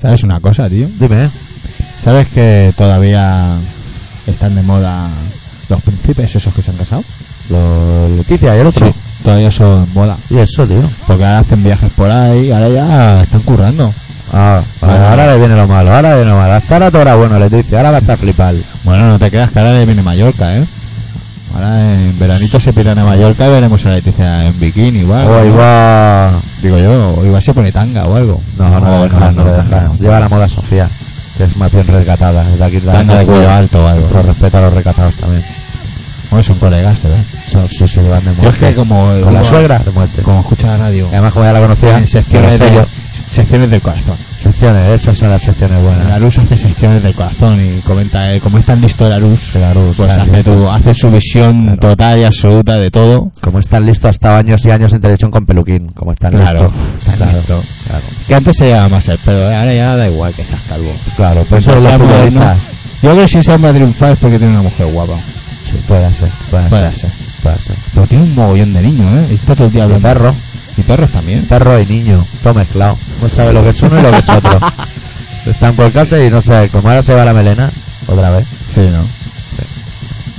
Speaker 1: ¿Sabes una cosa, tío?
Speaker 2: Dime, ¿eh?
Speaker 1: ¿Sabes que todavía están de moda los príncipes esos que se han casado?
Speaker 2: Lo- Leticia y el otro.
Speaker 1: todavía son moda.
Speaker 2: Y eso, tío.
Speaker 1: Porque ahora hacen viajes por ahí, ahora ya están currando.
Speaker 2: Ah,
Speaker 1: Vale.
Speaker 2: ahora, ahora le viene lo malo, ahora le viene lo malo. Hasta ahora todo era bueno, Leticia, ahora va a estar flipal.
Speaker 1: Bueno, no te creas que ahora le viene Mallorca, ¿eh? Ahora en veranito se piran a Mallorca y veremos a Leticia en bikini igual.
Speaker 2: O Oh, igual...
Speaker 1: Digo yo, o igual se pone tanga o algo.
Speaker 2: No, no, no,
Speaker 1: deja,
Speaker 2: no, no,
Speaker 1: deja.
Speaker 2: deja. Lleva la moda Sofía, que es más bien rescatada. Desde aquí la
Speaker 1: Tanga de cuello alto o algo.
Speaker 2: Pero respeto a los recatados también.
Speaker 1: Bueno, son colegas, ¿eh?
Speaker 2: Son, sí, sí, van de
Speaker 1: Yo es
Speaker 2: muerte.
Speaker 1: que como...
Speaker 2: Con la suegra, de muerte.
Speaker 1: Como escucha la radio...
Speaker 2: Además, como ya la conocía,
Speaker 1: en
Speaker 2: con
Speaker 1: secciones
Speaker 2: el
Speaker 1: de,
Speaker 2: sello.
Speaker 1: secciones del corazón.
Speaker 2: Secciones, esas son las secciones buenas.
Speaker 1: La luz hace secciones del corazón y comenta él, como es tan listo la luz,
Speaker 2: De la luz,
Speaker 1: pues
Speaker 2: claro.
Speaker 1: hace, tu- hace su visión
Speaker 2: Claro.
Speaker 1: total y absoluta de todo.
Speaker 2: Como están listos, hasta años y años en televisión con peluquín. Como están
Speaker 1: Claro,
Speaker 2: listos.
Speaker 1: tan listo.
Speaker 2: claro.
Speaker 1: Que antes se llevaba más el pelo, ahora ya da igual que seas calvo.
Speaker 2: Claro, pues por eso
Speaker 1: Mientras
Speaker 2: los
Speaker 1: sea moderno-
Speaker 2: futbolistas.
Speaker 1: Yo creo que si se va a triunfar es porque tiene una mujer guapa.
Speaker 2: Sí, puede ser, puede,
Speaker 1: Puede
Speaker 2: ser, Puede ser.
Speaker 1: Pero tiene un mogollón de niños, ¿eh? Y Está todo el día
Speaker 2: Y
Speaker 1: hablando.
Speaker 2: perro,
Speaker 1: Y perros también.
Speaker 2: perro y niño, todo mezclado. No sabe lo que es uno y lo que es otro. Están por casa y no sé, como ahora se va la melena, otra vez.
Speaker 1: Sí, ¿no?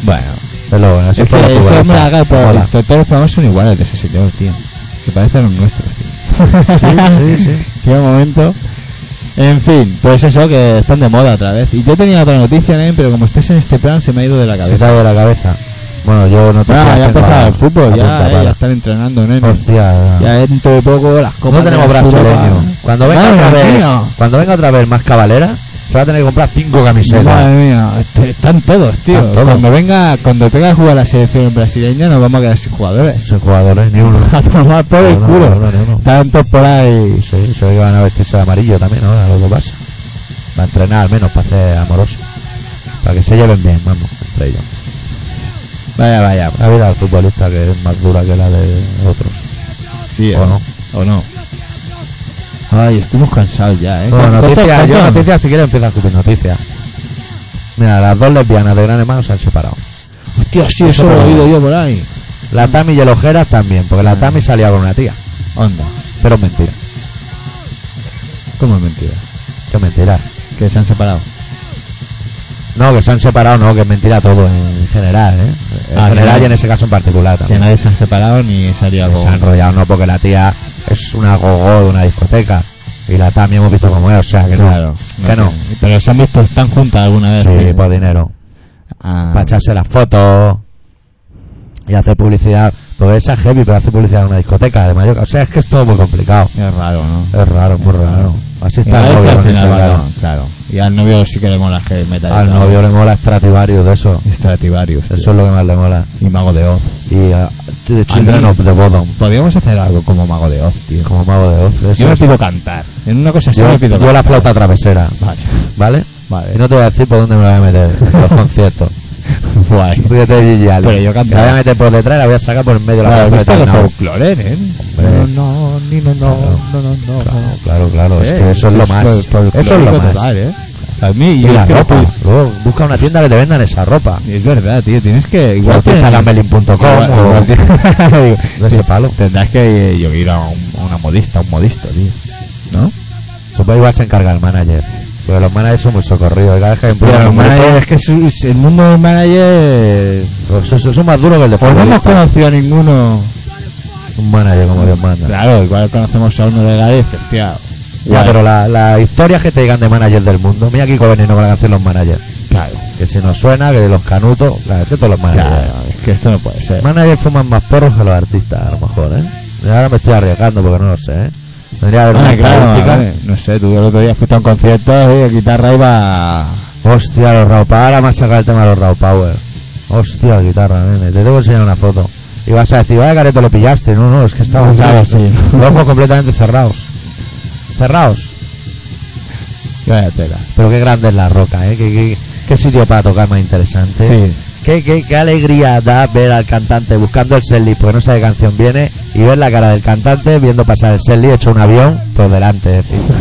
Speaker 1: Bueno.
Speaker 2: Es lo bueno, así
Speaker 1: es
Speaker 2: por los
Speaker 1: que ese hombre
Speaker 2: futbolistas.
Speaker 1: haga el programa.
Speaker 2: Mola.
Speaker 1: Todos los programas son iguales de ese señor, tío. Que parecen los nuestros, tío.
Speaker 2: Sí, sí, sí.
Speaker 1: Qué momento. En fin, pues eso, que están de moda otra vez. Y yo tenía otra noticia, ¿eh? pero como estás en este plan, se me ha ido de la
Speaker 2: Se te
Speaker 1: cabeza.
Speaker 2: ha ido la cabeza. Bueno, yo no te
Speaker 1: Bueno, ya ha empezado el fútbol, ya, eh, ya están entrenando, nene.
Speaker 2: Hostia,
Speaker 1: Ya dentro de poco las copas.
Speaker 2: no
Speaker 1: de
Speaker 2: tenemos
Speaker 1: las
Speaker 2: brasileño.
Speaker 1: Europas.
Speaker 2: Cuando venga
Speaker 1: Madre
Speaker 2: otra vez,
Speaker 1: mía.
Speaker 2: cuando venga otra vez más cabalera, se va a tener que comprar cinco camisetas.
Speaker 1: Madre mía, est- están todos, tío.
Speaker 2: Están todos.
Speaker 1: Cuando venga, cuando tenga que jugar la selección brasileña, nos vamos a quedar sin jugadores.
Speaker 2: Sin jugadores, ni uno.
Speaker 1: A tomar por el
Speaker 2: No, no,
Speaker 1: culo.
Speaker 2: no, no, no.
Speaker 1: Tantos por ahí.
Speaker 2: Sí, se ve que van a vestirse de amarillo también ahora, lo que pasa. Va a entrenar al menos para hacer amoroso. Para que se lleven bien, vamos, entre ellos.
Speaker 1: Vaya, vaya.
Speaker 2: La vida del futbolista que es más dura que la de otros.
Speaker 1: Sí,
Speaker 2: o no.
Speaker 1: O no. Ay, estuvimos cansados ya, ¿eh?
Speaker 2: Bueno,
Speaker 1: ¿Cuánto-
Speaker 2: noticias,
Speaker 1: cuánto-
Speaker 2: yo noticias si quieres empiezas con tus noticias. Mira, las dos lesbianas de Gran Hermano se han separado.
Speaker 1: Hostia, sí,
Speaker 2: Eso
Speaker 1: eso lo he
Speaker 2: no.
Speaker 1: oído yo por ahí.
Speaker 2: La Tami y el Ojeras también, porque la Tami salía con una tía.
Speaker 1: Onda.
Speaker 2: Pero es mentira,
Speaker 1: ¿Cómo es mentira?
Speaker 2: que es mentira.
Speaker 1: Que se han separado.
Speaker 2: No, que se han separado, no, que es mentira todo en general, ¿eh? En
Speaker 1: Ah,
Speaker 2: general
Speaker 1: claro.
Speaker 2: y en ese caso en particular
Speaker 1: Que
Speaker 2: también.
Speaker 1: nadie se han separado ni salía
Speaker 2: Se han
Speaker 1: con...
Speaker 2: enrollado, no, porque la tía es una gogó de una discoteca. Y la Tami hemos visto como es, o sea que no. que no.
Speaker 1: tiene- Pero se han visto, están juntas alguna vez.
Speaker 2: Sí,
Speaker 1: ¿eh?
Speaker 2: por dinero.
Speaker 1: Ah.
Speaker 2: Para echarse las fotos y hacer publicidad. Porque esa es heavy, pero hace publicidad en una discoteca de Mallorca. O sea, es que es todo muy complicado.
Speaker 1: Es raro, ¿no?
Speaker 2: Es raro, muy raro. Así
Speaker 1: Y
Speaker 2: está
Speaker 1: a
Speaker 2: el
Speaker 1: veces
Speaker 2: novio
Speaker 1: al
Speaker 2: con
Speaker 1: final
Speaker 2: ese
Speaker 1: balón,
Speaker 2: balón.
Speaker 1: claro. Y al novio sí que le mola que meta
Speaker 2: Al novio le mola Strativarius de eso.
Speaker 1: Strativarius. tío.
Speaker 2: Eso es lo que más le mola.
Speaker 1: Y Mago de Oz.
Speaker 2: Y ah, The Children
Speaker 1: mí-
Speaker 2: of the Bottom.
Speaker 1: Podríamos hacer algo como Mago de Oz, tío.
Speaker 2: Como mago de Oz. eso
Speaker 1: Yo me
Speaker 2: es-
Speaker 1: pido cantar. En una cosa así
Speaker 2: yo-
Speaker 1: me pido
Speaker 2: yo la
Speaker 1: cantar.
Speaker 2: flauta travesera.
Speaker 1: Vale,
Speaker 2: ¿Vale? Y
Speaker 1: vale.
Speaker 2: no te voy a decir por dónde me la voy a meter en los conciertos.
Speaker 1: Guay.
Speaker 2: Fíjate de Gigi Allen.
Speaker 1: Pero yo cantaba.
Speaker 2: La voy a meter por detrás y la voy a sacar por en medio de la
Speaker 1: Claro,
Speaker 2: cabeza
Speaker 1: ¿viste
Speaker 2: de
Speaker 1: los
Speaker 2: Tarnau.
Speaker 1: folclore, eh?
Speaker 2: Hombre.
Speaker 1: no, ni no, no, no, no, no.
Speaker 2: Claro, claro, claro. Es
Speaker 1: Eh,
Speaker 2: que eso es lo más.
Speaker 1: folclórico
Speaker 2: Eso es lo más.
Speaker 1: total, ¿eh? A mí,
Speaker 2: Y
Speaker 1: yo
Speaker 2: la
Speaker 1: es que no
Speaker 2: ropa.
Speaker 1: pude-
Speaker 2: Luego, busca una tienda que te vendan esa ropa.
Speaker 1: Es verdad, tío, tienes que...
Speaker 2: Igual
Speaker 1: tienes-
Speaker 2: a gamelin.com
Speaker 1: Igual-
Speaker 2: o
Speaker 1: igual tiene- Digo,
Speaker 2: de ese palo.
Speaker 1: Tendrás que eh, yo ir a, un- a una modista, un modisto, tío. ¿No?
Speaker 2: Supongo igual se encarga el manager. Pero los managers son muy socorridos. y Cada vez que
Speaker 1: Pero
Speaker 2: empiezan
Speaker 1: los
Speaker 2: un grupo,
Speaker 1: managers, es que su- su- el mundo del manager.
Speaker 2: pues son- son más duros que el de
Speaker 1: Pues no hemos
Speaker 2: futbolista.
Speaker 1: conocido a ninguno.
Speaker 2: Un manager como Dios manda.
Speaker 1: Claro, igual conocemos a uno de Gales, que hostia.
Speaker 2: Ya, pero las la historias que te llegan de managers del mundo. Mira Kiko Veneno con la canción Los Managers.
Speaker 1: claro,
Speaker 2: Que si nos suena, que de los canutos. Claro, es que todos los managers.
Speaker 1: claro, es que esto no puede ser.
Speaker 2: Los managers fuman más porros que los artistas, a lo mejor, ¿eh? Y Ahora me estoy arriesgando porque no lo sé, ¿eh? Tendría que haber una
Speaker 1: Ah, claro,
Speaker 2: estadística.
Speaker 1: vale. no sé, tú el otro día fuiste a un concierto y de guitarra iba.
Speaker 2: Hostia, los Raw Power. Ahora me has sacado el tema de los Raw Power. Hostia, la guitarra, nene. Te tengo que enseñar una foto. Y vas a decir, vaya careto, lo pillaste. No, no, es que estaba
Speaker 1: No,
Speaker 2: cerrado.
Speaker 1: sí, sí.
Speaker 2: Los ojos completamente cerrados. Cerrados.
Speaker 1: Vaya tela.
Speaker 2: Pero qué grande es la roca, ¿eh? Qué, qué- qué sitio para tocar más interesante.
Speaker 1: Sí.
Speaker 2: Qué, qué, qué alegría da ver al cantante buscando el setlist porque no sabe qué canción viene y ver la cara del cantante viendo pasar el setlist hecho un avión por delante. Es decir,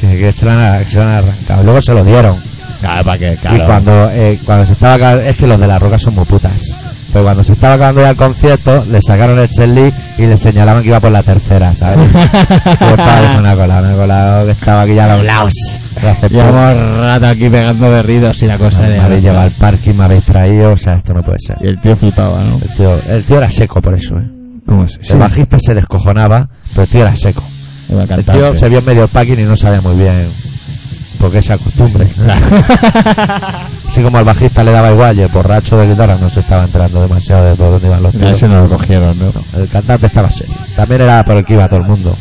Speaker 2: que, que se lo han, que se lo han arrancado. Luego se lo dieron.
Speaker 1: claro, para que,
Speaker 2: Y cuando, eh, cuando se estaba acab- es que los de la roca son muy putas. Pero cuando se estaba acabando ya el concierto, le sacaron el setlist y le señalaban que iba por la tercera, ¿sabes? Y el padre dijo, "No he colado, no he colado, que estaba aquí ya los laos.
Speaker 1: Llevamos rato aquí pegando berridos y la cosa
Speaker 2: Me
Speaker 1: de.
Speaker 2: habéis llevado al parking, me habéis traído, o sea, esto no puede ser.
Speaker 1: Y el tío flipaba, ¿no?
Speaker 2: El tío, el tío era seco por eso, ¿eh?
Speaker 1: ¿Cómo es?
Speaker 2: El bajista se descojonaba, pero el tío era seco.
Speaker 1: iba
Speaker 2: El
Speaker 1: cantante.
Speaker 2: tío se vio en medio parking y no sabía muy bien por qué esa costumbre. Así como al bajista le daba igual y el borracho de guitarra no se estaba enterando demasiado de por dónde iban los
Speaker 1: A
Speaker 2: tiros.
Speaker 1: ese no lo cogieron, ¿no?
Speaker 2: El cantante estaba serio. También era por el que iba todo el mundo.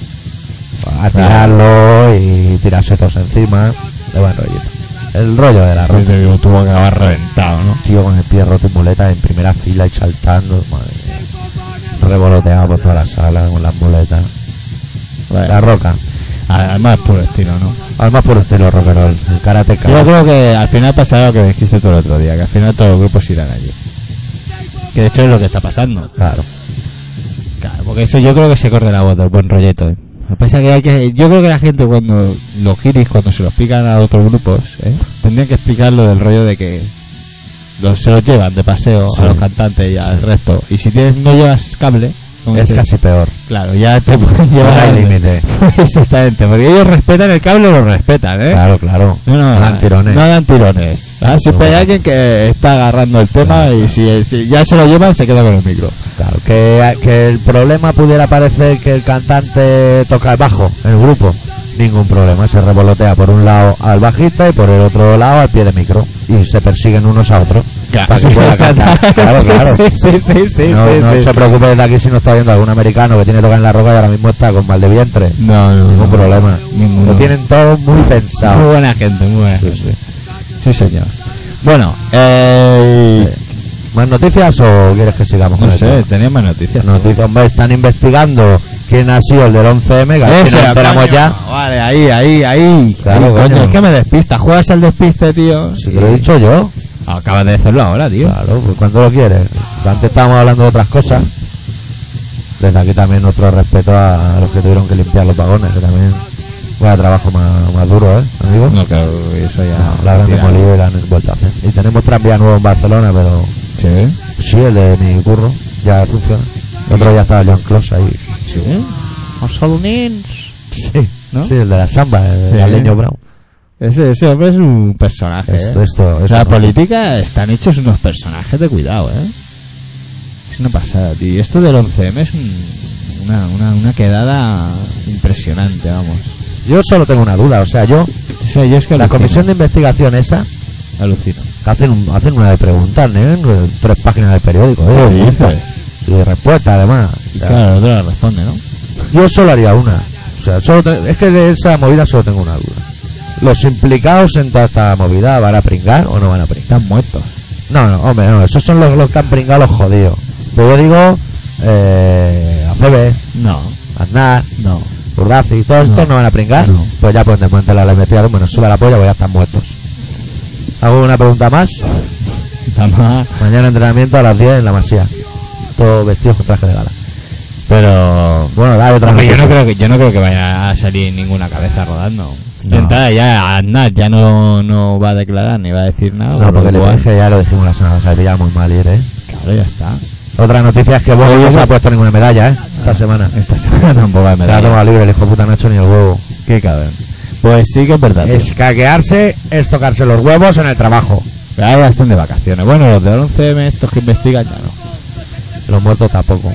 Speaker 2: A
Speaker 1: Claro.
Speaker 2: tirarlo y tirarse todos encima. De buen rollito. El rollo de la ropa.
Speaker 1: Sí, te digo, tuvo que haber reventado, ¿no?
Speaker 2: tío con el pie roto y muletas en primera fila y saltando, madre mía. Revoloteado por toda la sala con las muletas.
Speaker 1: Vale.
Speaker 2: La roca.
Speaker 1: Además, puro estilo, ¿no?
Speaker 2: Además por estilo rock and roll, el karateka.
Speaker 1: Yo creo que al final pasará lo que dijiste tú el otro día, que al final todos los grupos irán allí. Que de hecho es lo que está pasando.
Speaker 2: Claro.
Speaker 1: Claro, porque eso yo creo que se corre la voz del buen rolleto. ¿eh? Lo que pasa es que hay que, yo creo que la gente cuando los giris, cuando se los pican a otros grupos, ¿eh? tendrían que explicar lo del rollo de que los, se los llevan de paseo
Speaker 2: Sí.
Speaker 1: a los cantantes y al resto. Y si tienes, no llevas cable, como
Speaker 2: Es
Speaker 1: que-
Speaker 2: casi peor.
Speaker 1: Claro, ya te pueden llevar
Speaker 2: hay
Speaker 1: al-
Speaker 2: límite.
Speaker 1: Exactamente, porque ellos respetan el cable, lo respetan, ¿eh?
Speaker 2: Claro, claro.
Speaker 1: No, no,
Speaker 2: Dan tirones.
Speaker 1: No dan tirones. Ah, siempre hay
Speaker 2: Bueno.
Speaker 1: alguien que está agarrando el tema y si, si ya se lo llevan, se queda con el micro.
Speaker 2: Claro, que, que el problema pudiera parecer que el cantante toca el bajo en el grupo. Ningún problema, se revolotea por un lado al bajista y por el otro lado al pie de micro. Y se persiguen unos a otros. Para que pueda cantar. Claro, claro.
Speaker 1: Sí, sí, sí, sí,
Speaker 2: no,
Speaker 1: sí,
Speaker 2: no
Speaker 1: sí.
Speaker 2: se preocupe desde aquí si no está viendo algún americano que tiene toca en la roca y ahora mismo está con mal de vientre.
Speaker 1: No, no,
Speaker 2: Ningún
Speaker 1: no.
Speaker 2: problema.
Speaker 1: Ninguno.
Speaker 2: Lo tienen todo muy
Speaker 1: Muy
Speaker 2: pensado.
Speaker 1: buena gente, muy buena
Speaker 2: Sí,
Speaker 1: gente.
Speaker 2: sí.
Speaker 1: Sí, señor. Bueno, eh,
Speaker 2: ¿Más noticias o quieres que sigamos
Speaker 1: no
Speaker 2: con esto?
Speaker 1: sé, tenía más noticias.
Speaker 2: Noticias, hombre, están investigando quién ha sido el del 11M, que al
Speaker 1: Ese,
Speaker 2: fin nos enteramos
Speaker 1: coño.
Speaker 2: ya.
Speaker 1: Vale, ahí, ahí, ahí.
Speaker 2: Claro,
Speaker 1: Ahí, coño,
Speaker 2: coño.
Speaker 1: es que me despista. Juegas al despiste, tío.
Speaker 2: Si te lo he dicho yo.
Speaker 1: Acabas de hacerlo ahora, tío.
Speaker 2: Claro, pues cuando lo quieres. Antes estábamos hablando de otras cosas. Desde aquí también nuestro respeto a los que tuvieron que limpiar los vagones, que también fue trabajo más, más duro, ¿eh, amigo?
Speaker 1: No, claro, eso ya.
Speaker 2: No, la habrán demolido y la han vuelto a hacer. Y tenemos tranvía nuevo en Barcelona, pero
Speaker 1: Sí.
Speaker 2: sí, el de mi curro ya funciona. El otro ya estaba John Close ahí.
Speaker 1: Sí.
Speaker 2: Sí,
Speaker 1: ¿no?
Speaker 2: Sí, el de la samba, el
Speaker 1: Sí.
Speaker 2: de Aleño Brown.
Speaker 1: Ese, ese hombre es un personaje.
Speaker 2: Esto,
Speaker 1: ¿eh?
Speaker 2: esto,
Speaker 1: O
Speaker 2: esto
Speaker 1: sea, la
Speaker 2: no.
Speaker 1: política están hechos unos personajes de cuidado, ¿eh? Es una pasada, tío. Y esto del 11M es un- una, una, una quedada impresionante, vamos.
Speaker 2: Yo solo tengo una duda, o sea, yo,
Speaker 1: O sea, yo es que
Speaker 2: la
Speaker 1: alucino,
Speaker 2: comisión de investigación esa,
Speaker 1: Alucino.
Speaker 2: que hacen, un- hacen una de preguntas, ¿no? Tres páginas del periódico, ¿eh?
Speaker 1: ¿Qué
Speaker 2: Preguntas. Y de respuesta, además.
Speaker 1: Y
Speaker 2: O sea,
Speaker 1: claro, el otro la responde, ¿no?
Speaker 2: Yo solo haría una. O sea, solo te- es que de esa movida solo tengo una duda. ¿Los implicados en toda esta movida van a pringar o no van a pringar?
Speaker 1: Están muertos.
Speaker 2: No, no, hombre, no. Esos son los, los que han pringado los jodidos. Pero yo digo, eh, ACB,
Speaker 1: No,
Speaker 2: Aznar,
Speaker 1: no.
Speaker 2: Urdaci, todos
Speaker 1: No.
Speaker 2: estos no van a pringar.
Speaker 1: No.
Speaker 2: Pues ya pueden desmantelar la investigación. Bueno, suba la polla, pues ya están muertos. ¿Hago una pregunta más?
Speaker 1: Está mal.
Speaker 2: Mañana entrenamiento a las 10 en la Masía. Todos vestidos con traje de gala.
Speaker 1: Pero.
Speaker 2: Bueno, dale otra
Speaker 1: Hombre, yo no
Speaker 2: noticia.
Speaker 1: creo que yo no creo que vaya a salir ninguna cabeza rodando.
Speaker 2: No.
Speaker 1: De entrada ya Aznar ya no, no va a declarar ni va a decir nada.
Speaker 2: No,
Speaker 1: por lo
Speaker 2: porque le
Speaker 1: cual,
Speaker 2: dije, ya lo dijimos la semana pasada, que ya muy mal ir, ¿eh?
Speaker 1: Claro, ya está.
Speaker 2: Otra noticia es que Bobo no se ha puesto ninguna medalla, ¿eh? Esta semana.
Speaker 1: Esta semana tampoco hay
Speaker 2: Se la ha
Speaker 1: pues. Ah. medalla.
Speaker 2: tomado libre el hijo puta Nacho ni el huevo.
Speaker 1: Qué cabrón. Pues sí que es verdad. tío.
Speaker 2: Escaquearse es tocarse los huevos en el trabajo.
Speaker 1: Pero ahora ya están de vacaciones. Bueno, los del 11M, estos que investigan ya no.
Speaker 2: Los muertos tampoco.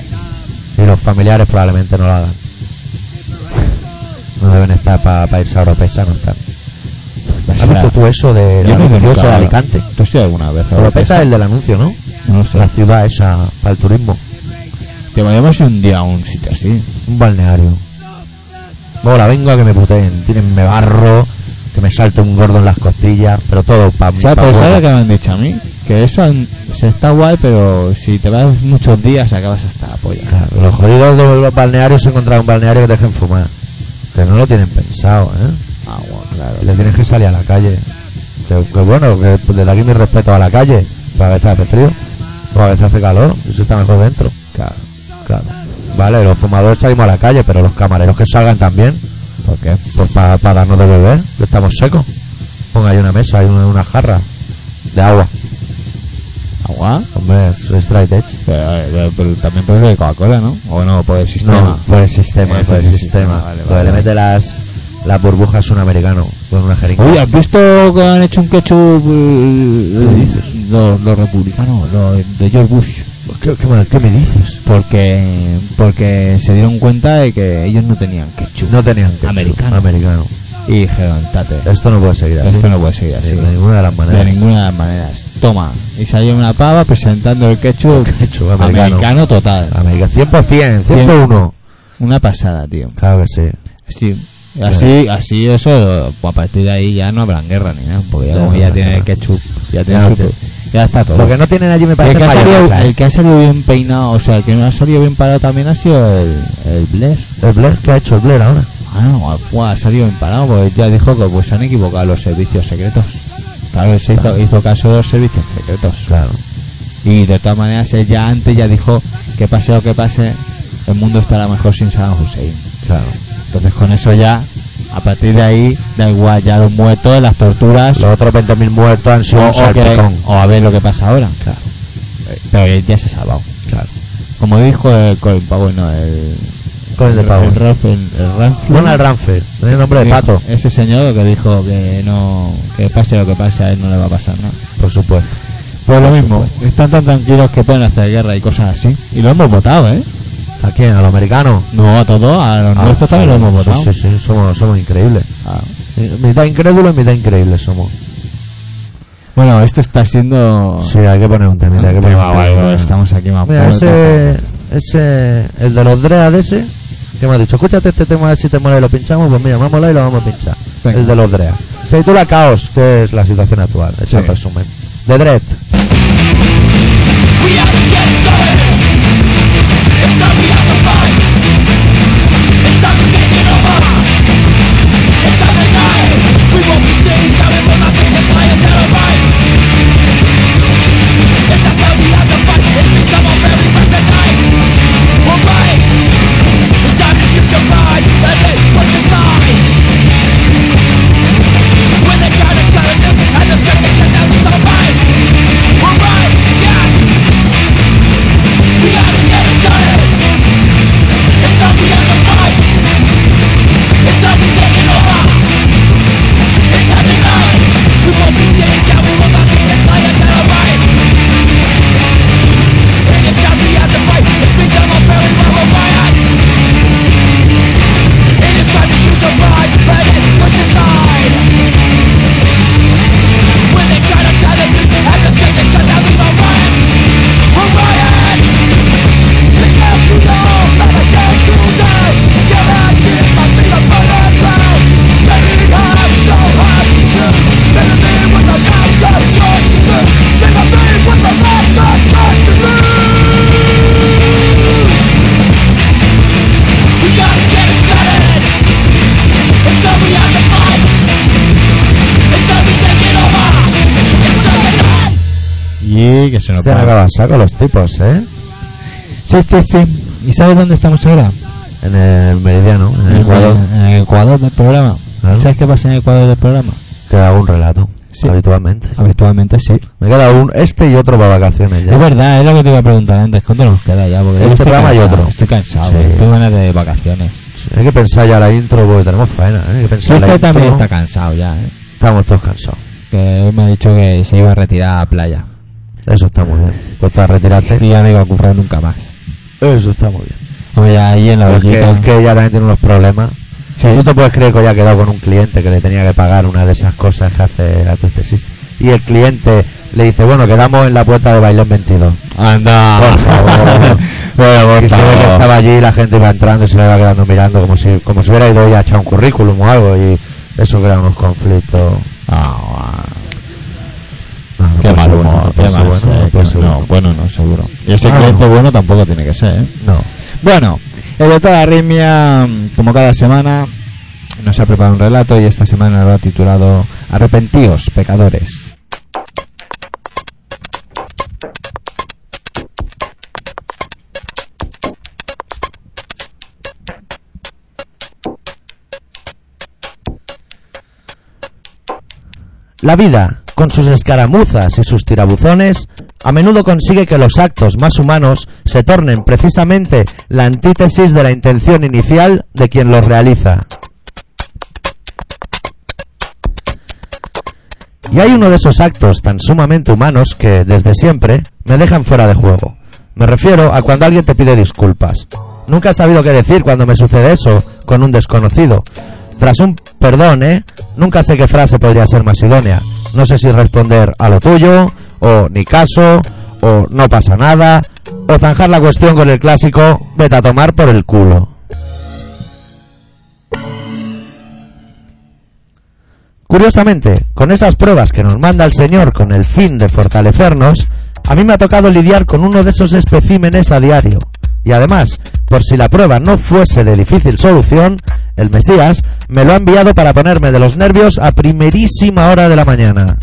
Speaker 2: Y los familiares probablemente no lo hagan. No deben estar para irse a Oropesa, no están. ¿Has visto tú eso de
Speaker 1: Pues Yo
Speaker 2: la
Speaker 1: no he ido
Speaker 2: anuncio
Speaker 1: nunca,
Speaker 2: ese de
Speaker 1: la-
Speaker 2: Alicante?
Speaker 1: ¿Tú has ido alguna vez
Speaker 2: Oropesa
Speaker 1: a
Speaker 2: es
Speaker 1: Oropesa?
Speaker 2: el del anuncio, ¿no?
Speaker 1: No lo
Speaker 2: La
Speaker 1: sé.
Speaker 2: ciudad esa para el turismo.
Speaker 1: Te podemos ir un día a un sitio así.
Speaker 2: Un balneario. Hola, vengo a que me puteen. Tienen me barro, que me salte un gordo en las costillas, pero todo para
Speaker 1: O sea, pues ¿sabes lo que me han dicho a mí? Que eso an- se está guay, pero si te vas muchos días acabas hasta la polla.
Speaker 2: Los jodidos de los balnearios se encontraron un balneario que te dejen fumar. Que no lo tienen pensado, ¿eh?
Speaker 1: Ah, bueno, claro.
Speaker 2: Le tienes que salir a la calle. Que, que bueno, que desde aquí mi respeto a la calle. Para a veces hace frío, o a veces hace calor, y eso está mejor dentro.
Speaker 1: Claro.
Speaker 2: Claro. Vale, los fumadores salimos a la calle, pero los camareros que salgan también. ¿Por qué? Pues para darnos de beber, que estamos secos. Ponga ahí una mesa, hay una, una jarra de agua.
Speaker 1: ¿Agua?
Speaker 2: Hombre, es straight edge.
Speaker 1: Pero, eh, pero- pero también puede ser de Coca-Cola, ¿no? O no, por el sistema.
Speaker 2: No, por el sistema,
Speaker 1: Ese
Speaker 2: por el
Speaker 1: es el
Speaker 2: sistema.
Speaker 1: sistema, vale,
Speaker 2: Pues
Speaker 1: vale.
Speaker 2: le mete las, las burbujas a un americano con una jeringa.
Speaker 1: Uy, ¿has visto que han hecho un ketchup eh, Los, los republicanos, los de George Bush?
Speaker 2: Pues ¿Qué, qué mal- qué me dices?
Speaker 1: Porque, porque se dieron cuenta de que ellos no tenían ketchup.
Speaker 2: No tenían ketchup.
Speaker 1: Americano.
Speaker 2: Americano.
Speaker 1: Y dijeron, tate,
Speaker 2: Esto no puede seguir así.
Speaker 1: esto no puede seguir así.
Speaker 2: De ninguna de las maneras.
Speaker 1: De ninguna de las maneras. Toma. Y salió una pava presentando el ketchup,
Speaker 2: Ketchup
Speaker 1: americano.
Speaker 2: americano. Ah.
Speaker 1: total.
Speaker 2: América, 100%, 101.
Speaker 1: Una pasada, tío.
Speaker 2: Claro que sí.
Speaker 1: Sí. Así, así eso, pues a partir de ahí ya no habrán guerra ni nada, porque ya,
Speaker 2: Ya
Speaker 1: como
Speaker 2: no
Speaker 1: ya
Speaker 2: habrá
Speaker 1: tiene
Speaker 2: guerra.
Speaker 1: el ketchup, ya tiene
Speaker 2: Ya
Speaker 1: su-
Speaker 2: te-
Speaker 1: ya está todo.
Speaker 2: Lo que no tienen allí me
Speaker 1: el,
Speaker 2: parece
Speaker 1: que ha salido,
Speaker 2: payasas, ¿eh?
Speaker 1: el que ha salido bien peinado, o sea, el que no ha salido bien parado también ha sido el, el Blair.
Speaker 2: El Blair que ha hecho el Blair ahora.
Speaker 1: Ah, no, fue- ha salido bien parado, porque ya dijo que pues se han equivocado los servicios secretos. Claro, se hizo, hizo caso de los servicios secretos.
Speaker 2: Claro.
Speaker 1: Y de todas maneras, él ya antes ya dijo que pase lo que pase, el mundo estará mejor sin Saddam Hussein.
Speaker 2: Claro.
Speaker 1: Entonces con eso ya, a partir de ahí, da igual, ya los muertos, las torturas,
Speaker 2: Los otros 20.000 muertos han
Speaker 1: o,
Speaker 2: sido un
Speaker 1: o que-
Speaker 2: salpicón.
Speaker 1: o a ver lo que pasa ahora. Claro. Pero él ya se ha salvado. Claro. Como dijo el Colin Powell, no, el...
Speaker 2: Colin de Powell.
Speaker 1: El Ralph, el, el Ralph-
Speaker 2: Ronald Ramfe, tiene nombre de
Speaker 1: Dijo-
Speaker 2: pato,
Speaker 1: Ese señor que dijo que no que pase lo que pase, a él no le va a pasar nada.
Speaker 2: por supuesto.
Speaker 1: Pues lo mismo, están tan tranquilos que pueden hacer guerra y cosas así. Y lo hemos votado, ¿eh? Ah,
Speaker 2: ¿A quién? ¿A los americanos? Ah,
Speaker 1: No, a todos, a los nuestros también lo hemos votado.
Speaker 2: Sí, sí, sí, somos, somos increíbles.
Speaker 1: Ah.
Speaker 2: Eh, Mitad incrédulos, mitad increíbles somos.
Speaker 1: Bueno, esto está siendo...
Speaker 2: Sí, hay que poner un tema, hay que poner
Speaker 1: Tema,
Speaker 2: un
Speaker 1: vale,
Speaker 2: temita.
Speaker 1: vale, estamos aquí más
Speaker 2: Mira,
Speaker 1: muertos.
Speaker 2: ese, ese, el de los Dread ese, que me ha dicho, escúchate este tema, a ver si te mola y lo pinchamos, pues mira, me ha molado y lo vamos a pinchar.
Speaker 1: Venga.
Speaker 2: El de los Dread. Se titula Caos, que es la situación actual, hecho
Speaker 1: Sí.
Speaker 2: en resumen. De Dread.
Speaker 3: We have to get started. It's time we have to fight. It's time to take it over. It's time to die. We won't be sitting down and will not be just lying down and right. It's not that we have to fight. It's become our very best at night. We'll fight. It's time to use your pride and then push aside. When they try to cut us down and the strength they can now lose our fight. We're right. Yeah. We gotta get it started. It's time we have to fight. It's time we take it over. It's time to die. We won't be sitting down. We will not take this lie down alright. And it's time we have to fight. It's become a very viral riot. It is time to use your pride, but it pushed aside. When they try to tie the noose and the strength they cut down, there's a riot. A riot. The camp to know, not the camp to die. Get out here, my feet are burning brown. Spinning high, so high to choose. Live a man with a lack of choice to lose. Live a man with a lack of choice to lose. We gotta get it started. It's time we have to fight. It's time we take it over. It's time to die.
Speaker 1: Y que se nos
Speaker 2: Se han
Speaker 1: va.
Speaker 2: acabado a saco los tipos, ¿eh?
Speaker 1: Sí, sí, sí. ¿Y sabes dónde estamos ahora?
Speaker 2: En el meridiano, en el Ecuador,
Speaker 1: En el Ecuador del programa.
Speaker 2: Claro.
Speaker 1: ¿Sabes qué pasa en el Ecuador del programa?
Speaker 2: te hago un relato,
Speaker 1: Sí.
Speaker 2: habitualmente.
Speaker 1: Habitualmente sí.
Speaker 2: Me queda un este y otro para vacaciones ya.
Speaker 1: Es verdad, es lo que te iba a preguntar antes. ¿Cuánto nos queda ya? Porque
Speaker 2: Este
Speaker 1: yo estoy
Speaker 2: programa y
Speaker 1: cansado,
Speaker 2: otro.
Speaker 1: Estoy cansado.
Speaker 2: Sí.
Speaker 1: Tengo ganas de vacaciones.
Speaker 2: Hay que pensar ya la intro porque tenemos faena, ¿eh? Hay que pensar la
Speaker 1: Este
Speaker 2: intro.
Speaker 1: también está cansado ya, ¿eh?
Speaker 2: Estamos todos cansados.
Speaker 1: Que hoy me ha dicho que se iba a retirar a la playa.
Speaker 2: Eso está muy bien. Cuesta retirarte.
Speaker 1: Sí, ya no iba a currar nunca más.
Speaker 2: Eso está muy bien.
Speaker 1: Oye, ahí en la
Speaker 2: Es que,
Speaker 1: orillita.
Speaker 2: es que ella también tiene unos problemas.
Speaker 1: Sí.
Speaker 2: No te puedes creer que haya quedado con un cliente que le tenía que pagar una de esas cosas que hace la tesis. Y el cliente le dice, bueno, quedamos en la puerta de Bailón 22.
Speaker 1: Anda.
Speaker 2: Por favor.
Speaker 1: Ah. bueno, por
Speaker 2: Y se ve que
Speaker 1: favor.
Speaker 2: estaba allí y la gente iba entrando y se le iba quedando mirando como si, como si hubiera ido ella a echar un currículum o algo. Y eso crea unos conflictos.
Speaker 1: Ah, ah.
Speaker 2: No, no
Speaker 1: Qué
Speaker 2: puede
Speaker 1: mal
Speaker 2: ser bueno,
Speaker 1: humor,
Speaker 2: no
Speaker 1: Pues qué
Speaker 2: puede ser bueno,
Speaker 1: mal ser,
Speaker 2: no puede
Speaker 1: que
Speaker 2: ser
Speaker 1: no,
Speaker 2: bueno.
Speaker 1: pues bueno, no, seguro. Y este
Speaker 2: Ah,
Speaker 1: cliente
Speaker 2: no.
Speaker 1: bueno tampoco tiene que ser, ¿eh?
Speaker 2: No.
Speaker 1: Bueno, el doctor Arritmia, mm, como cada semana, nos ha preparado un relato y esta semana lo ha titulado Arrepentíos, pecadores.
Speaker 2: La vida, con sus escaramuzas y sus tirabuzones, a menudo consigue que los actos más humanos se tornen precisamente la antítesis de la intención inicial de quien los realiza. Y hay uno de esos actos tan sumamente humanos que, desde siempre, me dejan fuera de juego. Me refiero a cuando alguien te pide disculpas. Nunca he sabido qué decir cuando me sucede eso con un desconocido. Tras un perdón, ¿eh? Nunca sé qué frase podría ser más idónea. No sé si responder a lo tuyo, o ni caso, o no pasa nada, o zanjar la cuestión con el clásico vete a tomar por el culo. Curiosamente, con esas pruebas que nos manda el Señor con el fin de fortalecernos, a mí me ha tocado lidiar con uno de esos especímenes a diario. Y además, por si la prueba no fuese de difícil solución, el Mesías me lo ha enviado para ponerme de los nervios a primerísima hora de la mañana.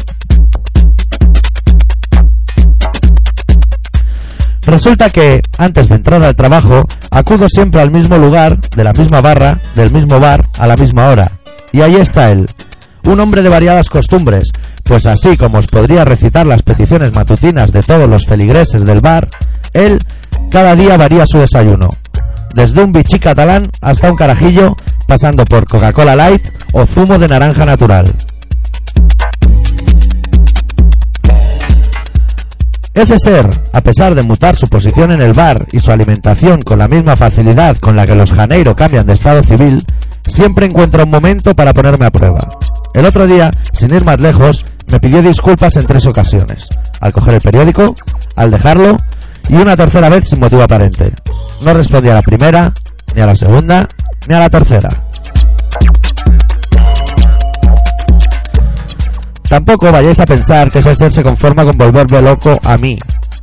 Speaker 2: Resulta que, antes de entrar al trabajo, acudo siempre al mismo lugar, de la misma barra, del mismo bar, a la misma hora. Y ahí está él, un hombre de variadas costumbres, pues así como os podría recitar las peticiones matutinas de todos los feligreses del bar, él cada día varía su desayuno. Desde un bichí catalán hasta un carajillo, pasando por Coca-Cola Light o zumo de naranja natural. Ese ser, a pesar de mutar su posición en el bar y su alimentación con la misma facilidad con la que los Janeiro cambian de estado civil, siempre encuentra un momento para ponerme a prueba. El otro día, sin ir más lejos, me pidió disculpas en tres ocasiones. Al coger el periódico, al dejarlo y una tercera vez sin motivo aparente. No respondí a la primera, ni a la segunda, ni a la tercera. Tampoco vayáis a pensar que ese ser se conforma con volverme loco a mí.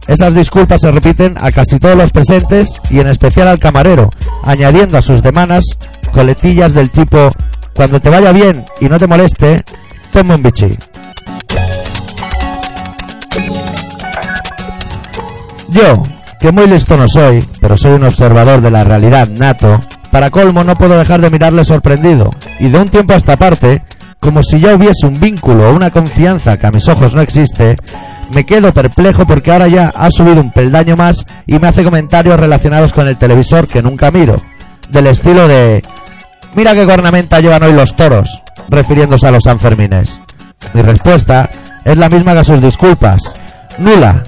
Speaker 2: Esas disculpas se repiten a casi todos los presentes y en especial al camarero, añadiendo a sus demandas coletillas del tipo cuando te vaya bien y no te moleste, ponme un bichi. Yo, que muy listo no soy, pero soy un observador de la realidad nato, para colmo no puedo dejar de mirarle sorprendido, y de un tiempo a esta parte, como si ya hubiese un vínculo o una confianza que a mis ojos no existe, me quedo perplejo porque ahora ya ha subido un peldaño más y me hace comentarios relacionados con el televisor que nunca miro, del estilo de Mira qué cornamenta llevan hoy los toros, refiriéndose a los Sanfermines. Mi respuesta es la misma que a sus disculpas, nula,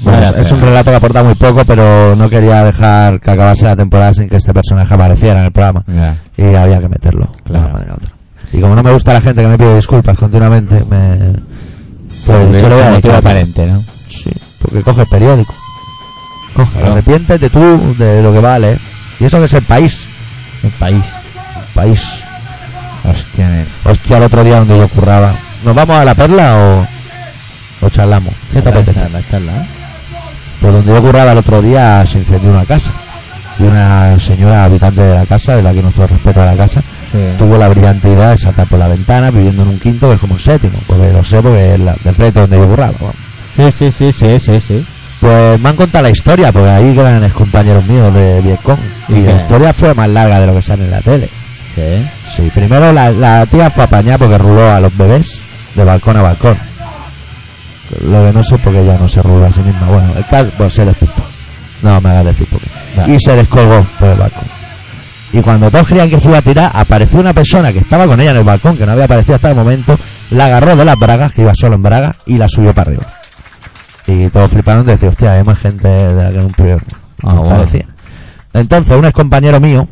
Speaker 2: Bueno,
Speaker 1: Vaya
Speaker 2: es
Speaker 1: tela.
Speaker 2: un relato que aporta muy poco, pero no quería dejar que acabase la temporada sin que este personaje apareciera en el programa.
Speaker 1: Ya.
Speaker 2: Y había que meterlo. de
Speaker 1: Claro.
Speaker 2: una manera u otra. Y como no me gusta la gente que me pide disculpas continuamente, me. pues
Speaker 1: Pero
Speaker 2: yo le voy a
Speaker 1: sin Pues, motivo
Speaker 2: dedicar-
Speaker 1: aparente, ¿no?
Speaker 2: Sí, porque coge el periódico. Coge,
Speaker 1: Claro.
Speaker 2: arrepiéntete tú de lo que vale. Y eso que es el país.
Speaker 1: El país.
Speaker 2: País.
Speaker 1: Hostia, nene.
Speaker 2: Hostia, el otro día donde yo curraba. ¿Nos vamos a la perla o, o charlamos? ¿Qué te
Speaker 1: La-
Speaker 2: apetece?
Speaker 1: la- la charla, ¿eh?
Speaker 2: Pues donde yo curraba el otro día se incendió una casa. Y una señora habitante de la casa, de la que nuestro respeto a la casa, tuvo la brillante idea de saltar por la ventana viviendo en un quinto, que es como un séptimo, porque lo sé, porque es la, del frente donde yo curraba. vamos.
Speaker 1: Sí, sí, sí, sí, sí, sí.
Speaker 2: Pues me han contado la historia, porque ahí eran ex compañeros míos de Vietcong. Y
Speaker 1: ¿Y qué?
Speaker 2: la historia fue más larga de lo que sale en la tele.
Speaker 1: Sí.
Speaker 2: Sí, primero la, la tía fue apañada porque ruló a los bebés de balcón a balcón. Lo que no sé porque ella no se ruló a sí misma. Bueno, el caso, pues se despistó. No me hagas decir por qué.
Speaker 1: Vale.
Speaker 2: Y se descolgó por el balcón. Y cuando todos creían que se iba a tirar, apareció una persona que estaba con ella en el balcón, que no había aparecido hasta el momento, la agarró de las bragas, que iba solo en bragas, y la subió para arriba. Y todos fliparon de decir, hostia, hay más gente de la que en un prior.
Speaker 1: Ah, bueno.
Speaker 2: Parecía. Entonces, un ex compañero mío,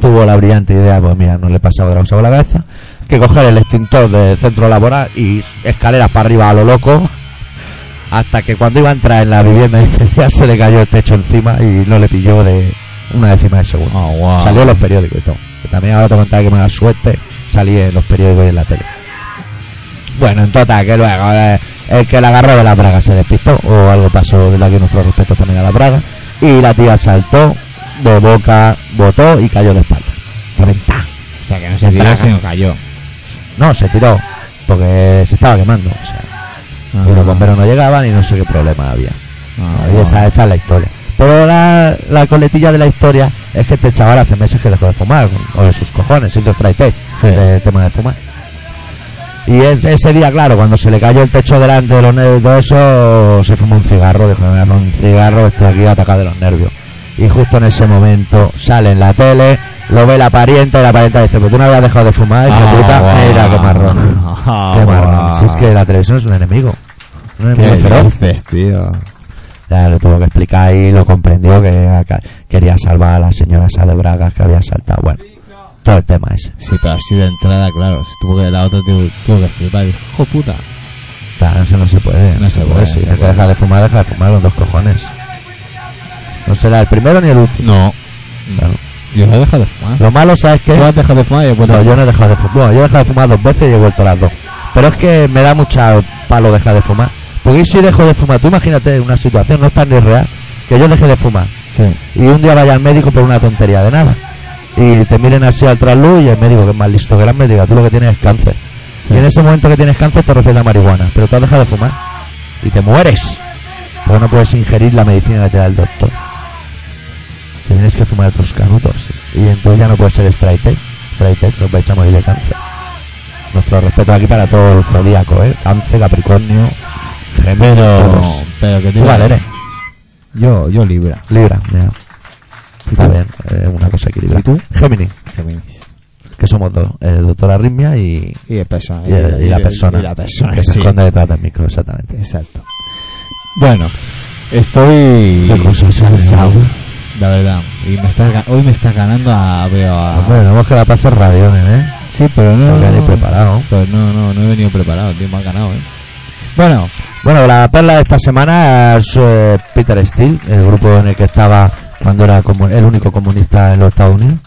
Speaker 2: tuvo la brillante idea, pues mira, no le pasaba otra cosa por la cabeza, que coger el extintor del centro laboral y escaleras para arriba a lo loco, hasta que cuando iba a entrar en la vivienda incendiada se le cayó el techo encima y no le pilló de una décima de segundo.
Speaker 1: Oh, wow.
Speaker 2: Salió en los periódicos y todo. Que también ahora te contaba que me da suerte, salí en los periódicos y en la tele. Bueno, en total, que luego eh, el que la agarró de la braga se despistó, o algo pasó de la que nuestro respeto también a la braga, y la tía saltó, de boca, botó y cayó de espalda. Reventá.
Speaker 1: O sea, que no se tiró,
Speaker 2: Braga.
Speaker 1: sino cayó.
Speaker 2: No, se tiró, porque se estaba quemando, o sea, y los bomberos no llegaban y no sé qué problema había.
Speaker 1: Ah,
Speaker 2: Y esa, esa es la historia. Pero la, la coletilla de la historia es que este chaval hace meses que dejó de fumar, o de sus cojones, hizo strike
Speaker 1: Sí.
Speaker 2: el tema de fumar. Y es- ese día, claro, cuando se le cayó el techo delante de los nervios y todo eso, se fumó un cigarro, dijo, me voy a fumar un cigarro, estoy aquí atacado de los nervios. Y justo en ese momento sale en la tele, lo ve la parienta y la parienta dice, pues tú no habías dejado de fumar, y
Speaker 1: Ah,
Speaker 2: puta,
Speaker 1: guau.
Speaker 2: mira qué marrón.
Speaker 1: Ah,
Speaker 2: qué marrón.
Speaker 1: guau.
Speaker 2: Si es que la televisión es un enemigo. Un enemigo
Speaker 1: ¿Qué
Speaker 2: feroz.
Speaker 1: dices, tío?
Speaker 2: Ya lo tuvo que explicar y lo comprendió que acá- quería salvar a la señora esa de Bragas que había saltado. Bueno, todo el tema ese.
Speaker 1: Sí, pero así de entrada, claro. se tuvo que la otra tuvo, tuvo que flipar. y Dijo, "Jo puta.
Speaker 2: Claro, eso no se puede.
Speaker 1: No se puede,
Speaker 2: Si
Speaker 1: no se
Speaker 2: hay que
Speaker 1: puede.
Speaker 2: dejar de fumar, deja de fumar con dos cojones. No será el primero ni el último.
Speaker 1: No.
Speaker 2: Claro.
Speaker 1: Yo he dejado de fumar.
Speaker 2: Lo malo, ¿sabes qué?
Speaker 1: ¿Tú has dejado de fumar y has vuelto
Speaker 2: No,
Speaker 1: a
Speaker 2: yo no
Speaker 1: fumar?
Speaker 2: he dejado de fumar. Bueno, yo he dejado de fumar dos veces y he vuelto las dos. Pero es que me da mucha palo dejar de fumar. Porque si dejo de fumar, tú imagínate una situación, no es tan irreal, que yo deje de fumar
Speaker 1: Sí.
Speaker 2: y un día vaya al médico por una tontería de nada. Y te miren así al trasluz y el médico, que es más listo que el me diga, tú lo que tienes es cáncer.
Speaker 1: Sí.
Speaker 2: Y en ese momento que tienes cáncer te receta marihuana, pero tú has dejado de fumar y te mueres. Porque no puedes ingerir la medicina que te da el doctor. Te tienes que fumar otros canutos. Y entonces ya no puedes ser straight edge. Straight edge os vais a morir de cáncer. Nuestro respeto aquí para todo el zodíaco, ¿eh? Cáncer, Capricornio,
Speaker 1: Pero,
Speaker 2: Gemelos.
Speaker 1: pero que te
Speaker 2: Igual eres.
Speaker 1: Yo, yo Libra.
Speaker 2: Libra, mira. Está
Speaker 1: tú?
Speaker 2: bien, es eh, una cosa equilibrada.
Speaker 1: ¿Y tú?
Speaker 2: Géminis,
Speaker 1: Géminis.
Speaker 2: que somos dos, el doctor Arritmia y,
Speaker 1: Y, el persona,
Speaker 2: y el- y la persona.
Speaker 1: Y la persona,
Speaker 2: Que se
Speaker 1: sí.
Speaker 2: esconde detrás del micro, exactamente.
Speaker 1: Exacto. Bueno, estoy.
Speaker 2: Qué cosas
Speaker 1: cansado,
Speaker 2: eres, ¿no?
Speaker 1: La verdad. Y me estás, ga- hoy me estás ganando a. Veo a.
Speaker 2: Bueno, hemos quedado para hacer radiones, ¿eh?
Speaker 1: sí, pero
Speaker 2: No,
Speaker 1: no.
Speaker 2: no,
Speaker 1: no,
Speaker 2: preparado.
Speaker 1: Pues no, no, no he venido preparado, tío. Me has ganado, eh. Bueno,
Speaker 2: Bueno, la perla de esta semana es eh, Peter Steele, el grupo en el que estaba cuando era comu- el único comunista en los Estados Unidos.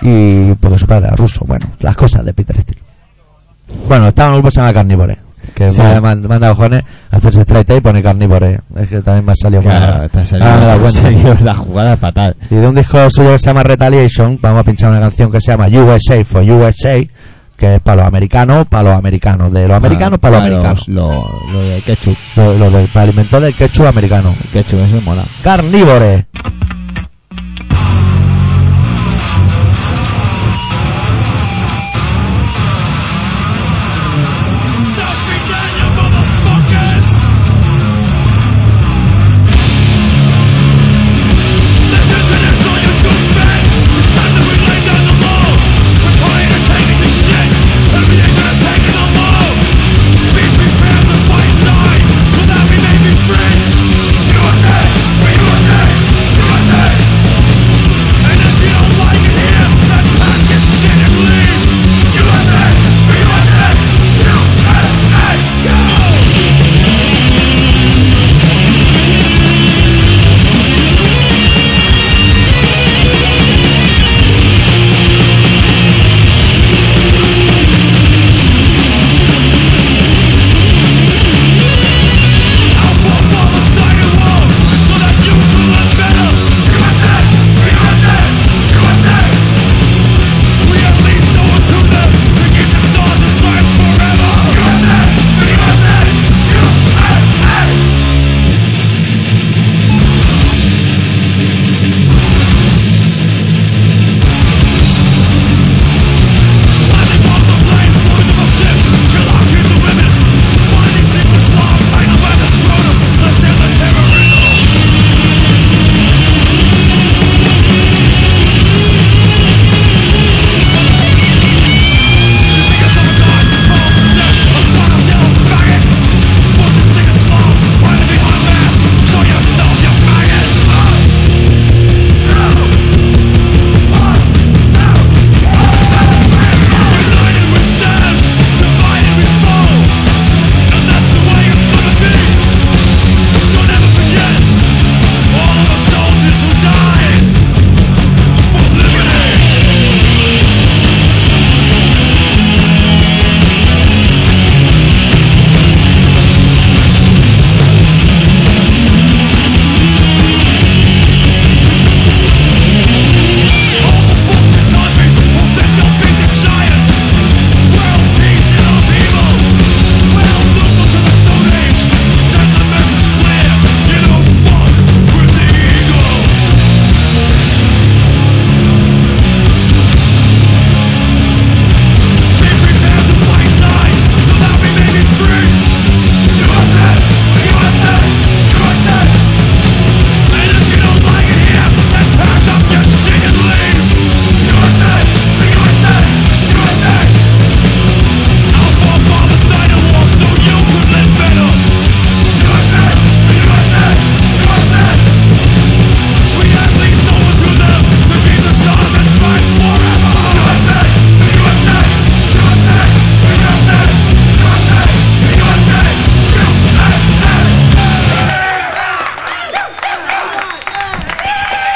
Speaker 2: Y porque su padre era ruso, bueno, las cosas de Peter Steele. Bueno, estaba en un grupo que se llama Carnivore, que
Speaker 1: Sí.
Speaker 2: me manda manda cojones a hacerse straight y pone Carnivore. Es que también me ha salido mal.
Speaker 1: claro, está saliendo,
Speaker 2: Pues Ahora me he dado
Speaker 1: te ha
Speaker 2: cuenta.
Speaker 1: salido la jugada fatal.
Speaker 2: Y de un disco suyo que se llama Retaliation, vamos a pinchar una canción que se llama USA for USA, que es para los americanos, para los americanos, de los
Speaker 1: Ah,
Speaker 2: americanos para los americanos.
Speaker 1: Lo, lo de ketchup.
Speaker 2: Lo, lo del para alimentar del quechua americano.
Speaker 1: Ketchup, eso mola.
Speaker 2: Carnívore.
Speaker 3: USA! USA! USA!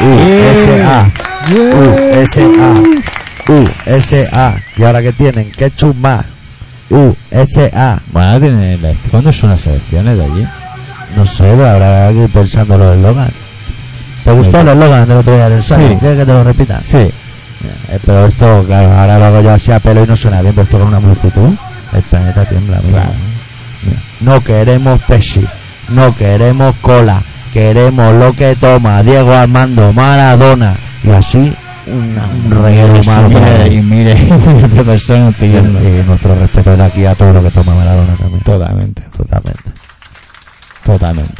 Speaker 2: Uh, USA.
Speaker 1: Yeah.
Speaker 2: USA. USA. Uh, ¿Y ahora qué tienen? Uh, ¿Qué chuma? USA.
Speaker 1: Bueno, tiene la- ¿cuándo son las elecciones de allí?
Speaker 2: No sé, pero habrá que ir pensando los eslogans. ¿Te gustó el eslogan del otro día del ensayo?
Speaker 1: Sí.
Speaker 2: ¿Quieres que te lo repita?
Speaker 1: Sí.
Speaker 2: Eh, pero esto, claro, ahora lo hago yo así a pelo y no suena bien, pero esto con una multitud, el planeta tiembla. amigo.
Speaker 1: Claro.
Speaker 2: No queremos Pesci, no queremos cola, queremos lo que toma Diego Armando Maradona. Y así, una, un reguero
Speaker 1: Sí,
Speaker 2: malo.
Speaker 1: mire, y mire, de personas
Speaker 2: Y,
Speaker 1: pidiendo.
Speaker 2: y nuestro respeto de aquí a todo lo que toma Maradona también.
Speaker 1: Totalmente,
Speaker 2: Totalmente.
Speaker 1: totalmente.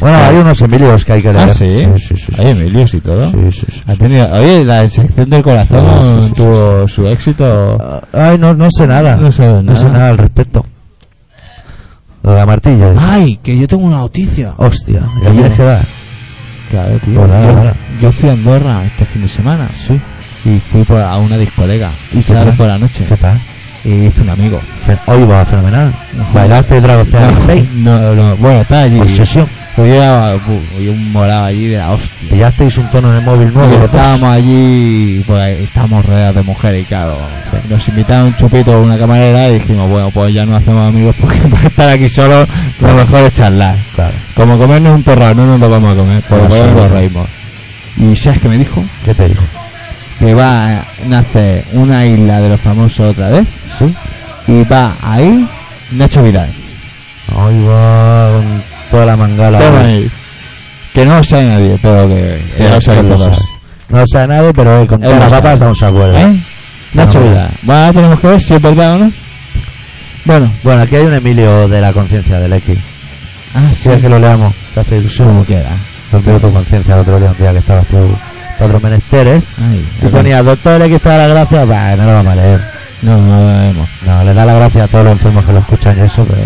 Speaker 2: Bueno, hay unos Emilios que hay que leer.
Speaker 1: Ah, sí,
Speaker 2: sí, sí. sí,
Speaker 1: Hay
Speaker 2: sí.
Speaker 1: Emilios y todo.
Speaker 2: Sí, sí, sí.
Speaker 1: Ha tenido, oye, la sección del corazón
Speaker 2: Ah, sí, sí, sí,
Speaker 1: tuvo su éxito.
Speaker 2: Ah, Ay, no, no sé nada.
Speaker 1: No sé
Speaker 2: No sé
Speaker 1: nada.
Speaker 2: nada al respecto. Lo de la martilla.
Speaker 1: Ay, que yo tengo una noticia.
Speaker 2: Hostia, ¿qué
Speaker 1: Yo-
Speaker 2: quieres quedar?
Speaker 1: Claro, tío.
Speaker 2: Pues nada,
Speaker 1: yo,
Speaker 2: nada.
Speaker 1: yo fui a Andorra este fin de semana. Sí. Y fui por- a una discoteca. Y
Speaker 2: tal?
Speaker 1: sales por la noche.
Speaker 2: ¿Qué tal?
Speaker 1: Y hice un amigo.
Speaker 2: Fe- Hoy va fenomenal.
Speaker 1: Ajá.
Speaker 2: Bailaste Pues Dragostein.
Speaker 1: No, no, bueno, estaba allí.
Speaker 2: Obsesión.
Speaker 1: Yo era bu- yo moraba allí de la hostia.
Speaker 2: Pillasteis un tono en el móvil
Speaker 1: Y
Speaker 2: nuevo. ¿qué tal?
Speaker 1: estábamos allí, pues estábamos rodeados de mujeres y claro, nos invitaron un chupito a una camarera y dijimos, bueno, pues ya no hacemos amigos porque para estar aquí solo lo mejor es charlar.
Speaker 2: Claro.
Speaker 1: Como comernos un torrón, no nos lo vamos a comer, por lo
Speaker 2: Nos
Speaker 1: menos nos
Speaker 2: salvamos.
Speaker 1: reímos. Y ¿sabes qué me dijo?
Speaker 2: ¿Qué te dijo?
Speaker 1: Que va a nacer una isla de los famosos otra vez
Speaker 2: Sí.
Speaker 1: y va ahí Nacho Vidal.
Speaker 2: Hoy va con toda la mangala.
Speaker 1: Toma ahí. Que no lo sabe nadie, pero que
Speaker 2: Sí,
Speaker 1: ya lo sabe
Speaker 2: él lo
Speaker 1: todos.
Speaker 2: sabe. Eh, No sabe nadie, pero él con
Speaker 1: Él
Speaker 2: todas
Speaker 1: lo
Speaker 2: las
Speaker 1: sabe.
Speaker 2: papas estamos de acuerdo.
Speaker 1: ¿Eh? Nacho
Speaker 2: No, no.
Speaker 1: Vidal. Bueno, ahora tenemos que ver si es verdad o no. Bueno,
Speaker 2: Bueno, aquí hay un Emilio de la conciencia del X.
Speaker 1: ah,
Speaker 2: Si
Speaker 1: sí,
Speaker 2: es que lo leamos, te hace ilusión.
Speaker 1: como quiera.
Speaker 2: Rompió tu conciencia el otro día, un día que estabas tú para otros menesteres.
Speaker 1: Ay,
Speaker 2: Y ponía, doctor X te da las gracias. Bah, no lo vamos a leer.
Speaker 1: No, no lo vemos.
Speaker 2: No, le da la gracia a todos los enfermos que lo escuchan y eso, pero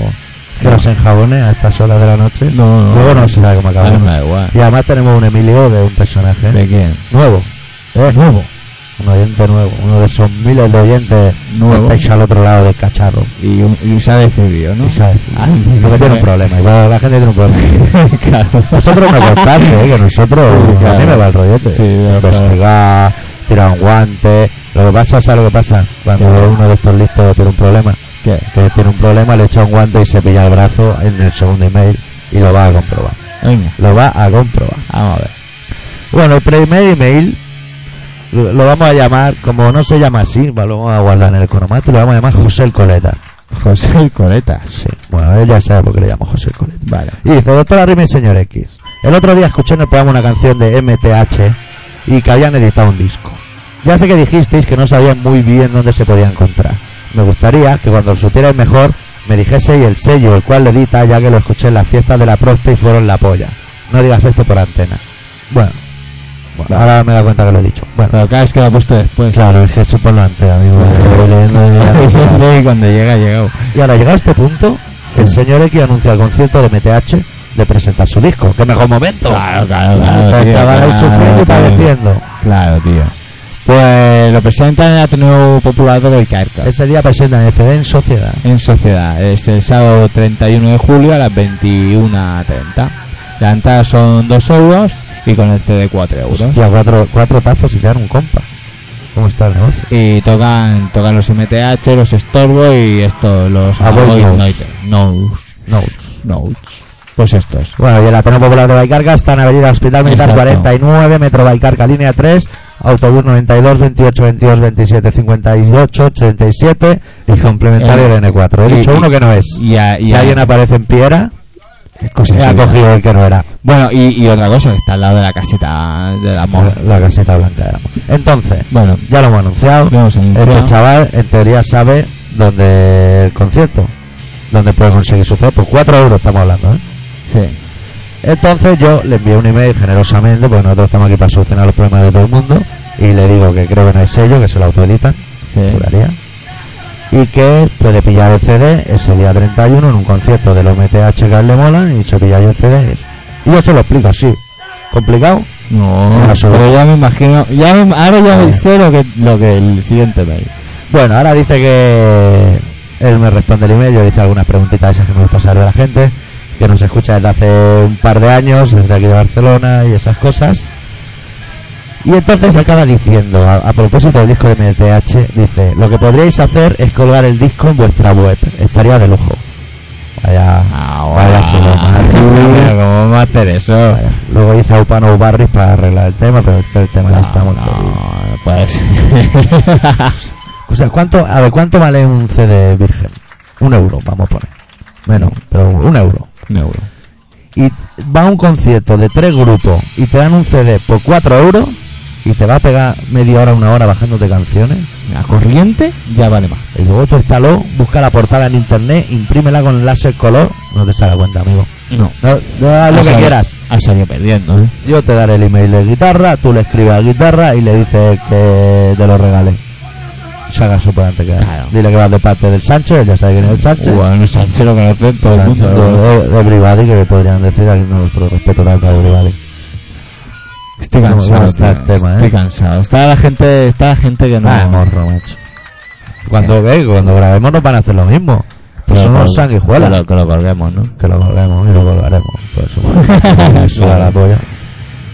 Speaker 2: que los enjabones a estas horas de la noche.
Speaker 1: No, no.
Speaker 2: Luego no se sabe cómo
Speaker 1: Ah, me
Speaker 2: acabamos.
Speaker 1: da igual.
Speaker 2: Y además tenemos un Emilio de un personaje
Speaker 1: ¿De quién?
Speaker 2: nuevo,
Speaker 1: ¿Eh? Nuevo.
Speaker 2: un oyente nuevo, uno de esos miles de oyentes
Speaker 1: Nuevo.
Speaker 2: que estáis al otro lado del cacharro.
Speaker 1: Y, un- y se ha decidido, ¿no?
Speaker 2: Y sabes,
Speaker 1: Ah,
Speaker 2: porque tiene un problema, igual la gente tiene un problema.
Speaker 1: claro.
Speaker 2: Nosotros no cortarse, ¿eh? que nosotros
Speaker 1: Sí,
Speaker 2: a mí
Speaker 1: claro.
Speaker 2: me va el rollete.
Speaker 1: Sí, de verdad.
Speaker 2: Investigar, tirar un guante. Lo que pasa, ¿sabes lo que pasa? Cuando
Speaker 1: ¿Qué?
Speaker 2: uno de estos listos tiene un problema,
Speaker 1: ¿Qué?
Speaker 2: que tiene un problema, le echa un guante y se pilla el brazo en el segundo email y lo va a comprobar.
Speaker 1: Venga,
Speaker 2: Lo va a comprobar.
Speaker 1: vamos a ver.
Speaker 2: Bueno, el primer email lo lo vamos a llamar, como no se llama así, va- lo vamos a guardar en el cromato, lo vamos a llamar José el Coleta.
Speaker 1: José el Coleta.
Speaker 2: Sí, bueno, él ya sabe por qué le llamo José el Coleta.
Speaker 1: Vale.
Speaker 2: Y dice, doctora Rima y señor X. El otro día escuché en el programa una canción de MTH y que habían editado un disco. Ya sé que dijisteis que no sabían muy bien dónde se podía encontrar. Me gustaría que cuando lo supierais mejor me dijeseis el sello el cual lo edita ya que lo escuché en las fiestas de la Prospe y fueron la polla. No digas esto por antena. Bueno,
Speaker 1: Bueno.
Speaker 2: ahora me he dado cuenta que lo he dicho. Bueno,
Speaker 1: Pero cada vez que lo ha puesto después.
Speaker 2: claro, es que eso por la antena, amigo. Voy leyendo y ya no sé nada.
Speaker 1: y cuando llega, ha llegado.
Speaker 2: Y ahora llegado a este punto,
Speaker 1: Sí.
Speaker 2: el señor X anuncia el concierto de MTH de presentar su disco. ¡Qué mejor momento!
Speaker 1: Claro, claro, claro,
Speaker 2: Está el
Speaker 1: tío,
Speaker 2: chaval ahí
Speaker 1: claro,
Speaker 2: sufriendo y
Speaker 1: tío.
Speaker 2: padeciendo.
Speaker 1: Claro, tío. Pues lo presentan en el Ateneo Popular de Boicarca.
Speaker 2: Ese día presentan FD en Sociedad.
Speaker 1: en sociedad. Es el sábado 31 de julio a las 21.30. La entrada son 2 euros y con el CD 4 euros.
Speaker 2: Hostia, cuatro, cuatro tazos y te dan un compa. ¿Cómo está el negocio?
Speaker 1: Y tocan, tocan los MTH, los Estorbo y estos, los
Speaker 2: Avoid Ah, Notes.
Speaker 1: Notes.
Speaker 2: Notes.
Speaker 1: Notes. Pues estos.
Speaker 2: Bueno, y el Ateneo Popular de Baicarca está en Avenida Hospital Militar
Speaker 1: Exacto.
Speaker 2: 49, Metro Baicarca, línea 3, autobús 92, 28, 22, 27, 58, 87 y complementario
Speaker 1: Eh,
Speaker 2: de N4.
Speaker 1: y-
Speaker 2: He dicho
Speaker 1: y-
Speaker 2: uno que no es.
Speaker 1: Y, a- y
Speaker 2: Si
Speaker 1: a-
Speaker 2: alguien aparece en piedra,
Speaker 1: es cosa
Speaker 2: ha
Speaker 1: suya.
Speaker 2: cogido el que no era.
Speaker 1: Bueno, y, y otra cosa, que está al lado de la caseta del amor.
Speaker 2: La caseta blanca era. Entonces,
Speaker 1: Bueno,
Speaker 2: ya lo hemos anunciado.
Speaker 1: Lo hemos anunciado.
Speaker 2: Este chaval, en teoría, sabe dónde el concierto, dónde puede conseguir su CD. Por 4 euros estamos hablando, ¿eh?
Speaker 1: sí.
Speaker 2: Entonces yo le envié un email generosamente, porque nosotros estamos aquí para solucionar los problemas de todo el mundo, y le digo que creo que no hay sello, que se lo autoeditan,
Speaker 1: Sí.
Speaker 2: juraría, y que puede pillar el CD ese día 31 en un concierto de los MTH que a él le molan, y se pilla el CD. Y yo se lo explico así. ¿Complicado?
Speaker 1: No,
Speaker 2: Una sola.
Speaker 1: pero ya me imagino. Ya me- ahora ya
Speaker 2: Vale.
Speaker 1: sé lo que, lo que el siguiente mail.
Speaker 2: Bueno, ahora dice que él me responde el email, yo le hice algunas preguntitas esas que me gusta saber de la gente, que nos escucha desde hace un par de años, desde aquí de Barcelona y esas cosas. Y entonces acaba diciendo, a, a propósito del disco de MTH, dice, lo que podríais hacer es colgar el disco en vuestra web, estaría de lujo. Vaya, vaya
Speaker 1: Pero
Speaker 2: filón.
Speaker 1: ¿Cómo va a hacer eso?
Speaker 2: Vaya. Luego dice Upano Barris para arreglar el tema, pero es que el tema ya está muy jodido.
Speaker 1: no pues. puede ser.
Speaker 2: O sea, ¿cuánto, a ver, ¿cuánto vale un CD virgen? Un euro, vamos a poner. Menos, pero un euro.
Speaker 1: Un euro.
Speaker 2: Y va a un concierto de tres grupos y te dan un CD por cuatro euros y te va a pegar media hora, una hora bajándote canciones.
Speaker 1: La corriente ya vale más.
Speaker 2: Y luego tú instaló, busca la portada en internet, imprímela con láser color. No te salga cuenta, amigo.
Speaker 1: No.
Speaker 2: No, no haz lo que quieras.
Speaker 1: Ha salido perdiendo, ¿eh?
Speaker 2: Yo te daré el email de guitarra, tú le escribes a guitarra y le dices que te lo regale. Saga eso por antes que
Speaker 1: Claro.
Speaker 2: Dile que vas de parte del Sancho, él ya sabe quién es el Sancho.
Speaker 1: Bueno, Sánchez lo conoce todo el
Speaker 2: Sancho,
Speaker 1: mundo.
Speaker 2: de, de Everybody, que le podrían decir a nuestro respeto tal para Everybody.
Speaker 1: Estoy
Speaker 2: Bueno,
Speaker 1: cansado,
Speaker 2: bueno, está
Speaker 1: tío,
Speaker 2: el tema,
Speaker 1: estoy
Speaker 2: ¿eh?
Speaker 1: cansado. Está la gente, está la gente que no.
Speaker 2: Ah, morro, macho. Cuando ve, cuando grabemos nos van a hacer lo mismo. Pues
Speaker 1: Pero
Speaker 2: son unos
Speaker 1: que-
Speaker 2: sanguijuelas.
Speaker 1: Que lo, que lo colguemos, ¿no?
Speaker 2: Que lo colgaremos y lo colgaremos. Por eso, me suda la polla.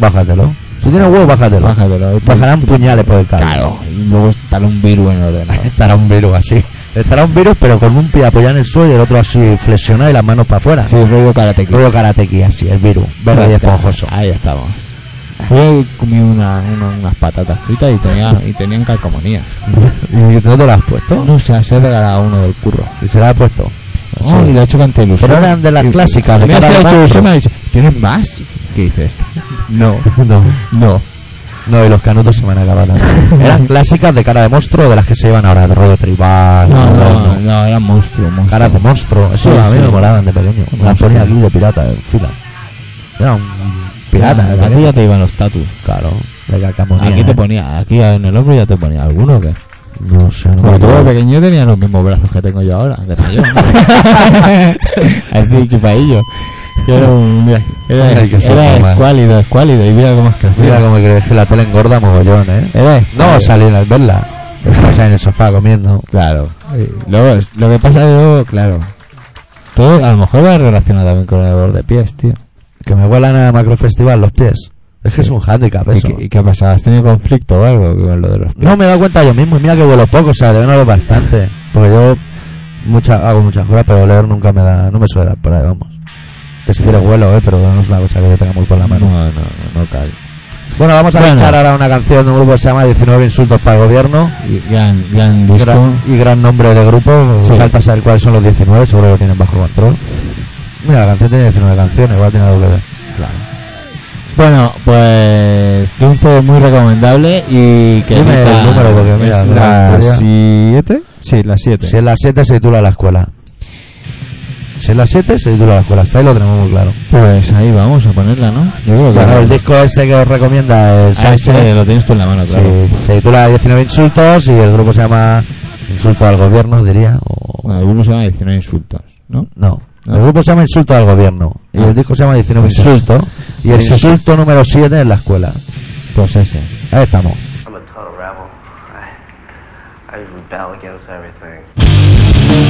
Speaker 2: Bájatelo. Si tienes huevo, bájatelo.
Speaker 1: Bájatelo. y-
Speaker 2: Bajarán puñales por el cable.
Speaker 1: Claro. Y luego estará un virus en el ordenador.
Speaker 2: Estará un virus así. Estará un virus, pero con un pie apoyado en el suelo y el otro así flexionado y las manos para afuera.
Speaker 1: Sí, rollo karate kid.
Speaker 2: Rollo karatequi así, el virus. Verde y
Speaker 1: Ahí está.
Speaker 2: esponjoso. Ah.
Speaker 1: Ahí estamos. Yo comí una, una- unas patatas fritas y, tenía, y tenían calcomanías.
Speaker 2: ¿Y no te lo has puesto?
Speaker 1: No sé, se regalaba uno del curro.
Speaker 2: Y se lo has puesto.
Speaker 1: Sí, Oh, y lo he hecho con tanta ilusión.
Speaker 2: Pero eran de las
Speaker 1: Y-
Speaker 2: clásicas, de
Speaker 1: Me ha
Speaker 2: cara de
Speaker 1: hecho
Speaker 2: maestro.
Speaker 1: ilusión, me ha dicho, ¿tienes más? ¿Qué dices? No,
Speaker 2: No.
Speaker 1: no.
Speaker 2: No, y los canutos se me han acabado. también. Eran clásicas de cara de monstruo, de las que se llevan ahora, de rodo tribal,
Speaker 1: No,
Speaker 2: rodo,
Speaker 1: no, no, era monstruo, monstruo.
Speaker 2: caras de monstruo. Eso
Speaker 1: Sí,
Speaker 2: a mí
Speaker 1: sí.
Speaker 2: me molaban de pequeño. Me las
Speaker 1: Monstruo.
Speaker 2: ponía aquí de pirata, en fila. Era un pirata,
Speaker 1: Pirata,
Speaker 2: de
Speaker 1: aquí
Speaker 2: pequeño.
Speaker 1: ya te iban los tatus.
Speaker 2: Claro, de cacamonía.
Speaker 1: Aquí te
Speaker 2: eh.
Speaker 1: ponía, aquí en el hombro ya te ponía alguno que.
Speaker 2: No sé, no me
Speaker 1: Porque tú de
Speaker 2: acuerdo.
Speaker 1: pequeño tenías los mismos brazos que tengo yo ahora, de mayor. Así chupadillo. Yo era un. Mira, era,
Speaker 2: Ay, que son
Speaker 1: era
Speaker 2: normal.
Speaker 1: escuálido, escuálido, y mira cómo has
Speaker 2: Mira
Speaker 1: crecido.
Speaker 2: como que que la tele engorda mogollón, ¿eh?
Speaker 1: Era
Speaker 2: No
Speaker 1: escuálido.
Speaker 2: salir al verla. Estás en el sofá comiendo.
Speaker 1: Claro. Y Luego, es- lo que pasa es luego, claro. Todo a lo mejor va relacionado también con el dolor de pies, tío.
Speaker 2: Que me vuelan a macrofestival los pies. Es que es un handicap
Speaker 1: ¿Y
Speaker 2: eso.
Speaker 1: qué, y qué ha pasado? ¿Has tenido conflicto o algo con lo de los pies?
Speaker 2: No me he dado cuenta yo mismo, y mira que vuelo poco, o sea, leo no lo bastante. Porque yo mucha, hago muchas horas, pero leer nunca me da, no me suele dar por ahí, vamos. Que si quieres vuelo, eh, pero no es una cosa que yo tenga muy por la
Speaker 1: no,
Speaker 2: mano.
Speaker 1: no, no, no cae.
Speaker 2: Bueno, vamos a
Speaker 1: Bueno.
Speaker 2: escuchar ahora una canción de un grupo que se llama 19 insultos para el gobierno.
Speaker 1: Y Gran, gran disco.
Speaker 2: Gran- y gran nombre de grupo,
Speaker 1: Sí.
Speaker 2: falta saber cuáles son los 19, seguro que lo tienen bajo control. Mira, la canción tiene 19 canciones, igual tiene algo que ver.
Speaker 1: Bueno, pues triunfo muy recomendable y que
Speaker 2: Dime
Speaker 1: emita-
Speaker 2: el número, porque
Speaker 1: es
Speaker 2: mira, la
Speaker 1: la
Speaker 2: historia-
Speaker 1: 7. Sí, la 7.
Speaker 2: Si es las 7 se titula la escuela. Si es las 7 se titula la escuela, hasta ahí lo tenemos muy claro.
Speaker 1: Pues ahí vamos a ponerla, ¿no? Yo creo que
Speaker 2: Bueno, el disco ese que os recomienda el
Speaker 1: Ah,
Speaker 2: Sánchez,
Speaker 1: ese lo tienes tú en la mano, claro.
Speaker 2: se, se titula 19 insultos y el grupo se llama Insulto al Gobierno, diría. o-
Speaker 1: Bueno, el grupo se llama 19 insultos, ¿no?
Speaker 2: No.
Speaker 1: No.
Speaker 2: El grupo se llama Insulto al Gobierno y
Speaker 1: Ah.
Speaker 2: el disco se llama 19 insultos y el
Speaker 1: Sí.
Speaker 2: insulto número 7 en la escuela.
Speaker 1: Pues ese.
Speaker 2: Ahí estamos.
Speaker 4: I'm a total rebel. I, I rebel against everything.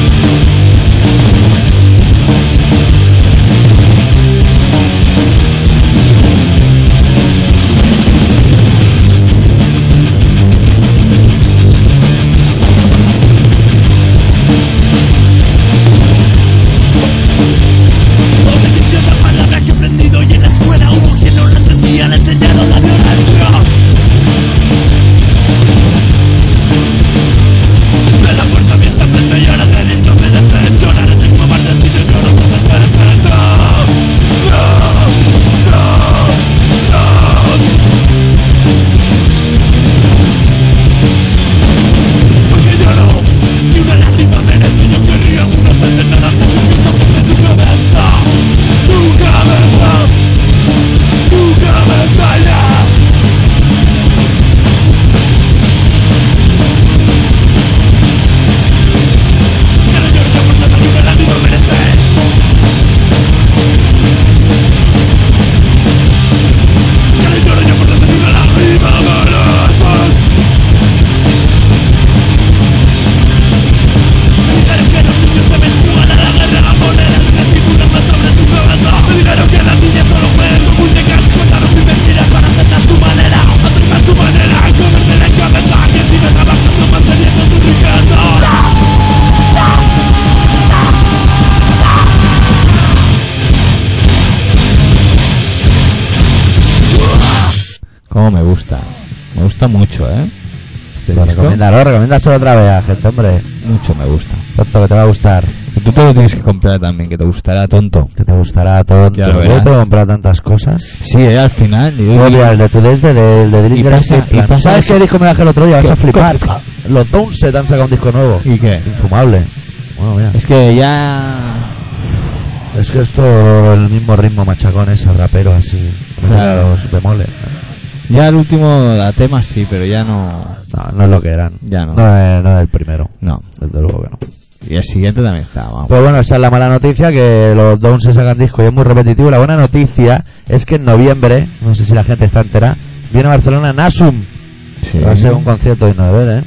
Speaker 5: Donde que otra palabra que he aprendido y en la escuela hubo quien no la entendía, le enseñaron la violencia. De la puerta abierta frente y ahora derecho me defiendo.
Speaker 1: cómo me gusta. Me gusta mucho, ¿eh? Este
Speaker 2: Lo
Speaker 1: disco,
Speaker 2: recomiéndalo, recomiéndaselo otra vez a gente, hombre.
Speaker 1: mucho me gusta.
Speaker 2: Tonto, que te va a gustar.
Speaker 1: Y Tú te lo tienes que comprar también, que te gustará tonto.
Speaker 2: Que te gustará todo.
Speaker 1: Ya lo
Speaker 2: Yo
Speaker 1: verás.
Speaker 2: te he comprado tantas cosas.
Speaker 1: Sí, eh, al final. y-
Speaker 2: Yo digo, el de Today's de, de, de Dilly
Speaker 1: Y
Speaker 2: Graham
Speaker 1: pasa-
Speaker 2: Simpson.
Speaker 1: y pasa
Speaker 2: ¿Sabes
Speaker 1: eso?
Speaker 2: qué disco me dejé el otro día? Vas a flipar. Los Downs se te han sacado un disco nuevo.
Speaker 1: ¿Y qué?
Speaker 2: Infumable. Bueno, mira.
Speaker 1: Es que ya.
Speaker 2: Es que esto, el mismo ritmo machacón ese, rapero así. me
Speaker 1: Claro.
Speaker 2: queda Los bemoles.
Speaker 1: Ya el último a tema sí, pero ya no.
Speaker 2: No, no es lo que eran.
Speaker 1: Ya no.
Speaker 2: No es, no es el primero.
Speaker 1: No.
Speaker 2: Desde luego que no.
Speaker 1: Y el siguiente también está, vamos.
Speaker 2: Pues bueno, esa es la mala noticia, que los Downs se sacan disco y es muy repetitivo. La buena noticia es que en noviembre, no sé si la gente está entera, viene a Barcelona Nasum.
Speaker 1: Sí.
Speaker 2: Va a ser un concierto digno de ver, ¿eh?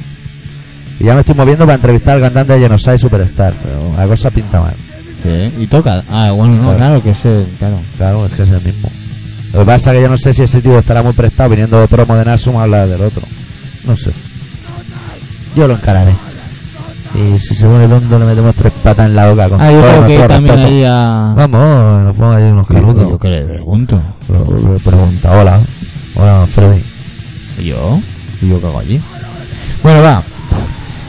Speaker 2: Y ya me estoy moviendo para entrevistar al cantante de Genosai Superstar, pero la cosa pinta mal.
Speaker 1: Sí, Y toca. Ah, bueno, no,
Speaker 2: Claro.
Speaker 1: claro que es el. Claro.
Speaker 2: Claro, es que es el mismo. Lo que pasa es que yo no sé si ese tío estará muy prestado viniendo de promo de Nasum a hablar del otro. No sé. Yo lo encararé. Y si se pone tonto le metemos tres patas en la boca con
Speaker 1: Ah, yo
Speaker 2: todo
Speaker 1: creo que
Speaker 2: nuestro
Speaker 1: también
Speaker 2: respeto.
Speaker 1: ahí a.
Speaker 2: Vamos, nos ponemos ahí unos
Speaker 1: Yo
Speaker 2: canudos.
Speaker 1: que le pregunto.
Speaker 2: Pero- pero Pregunta, hola. Hola, Freddy.
Speaker 1: ¿Y yo? ¿Y yo qué hago allí? Bueno, va.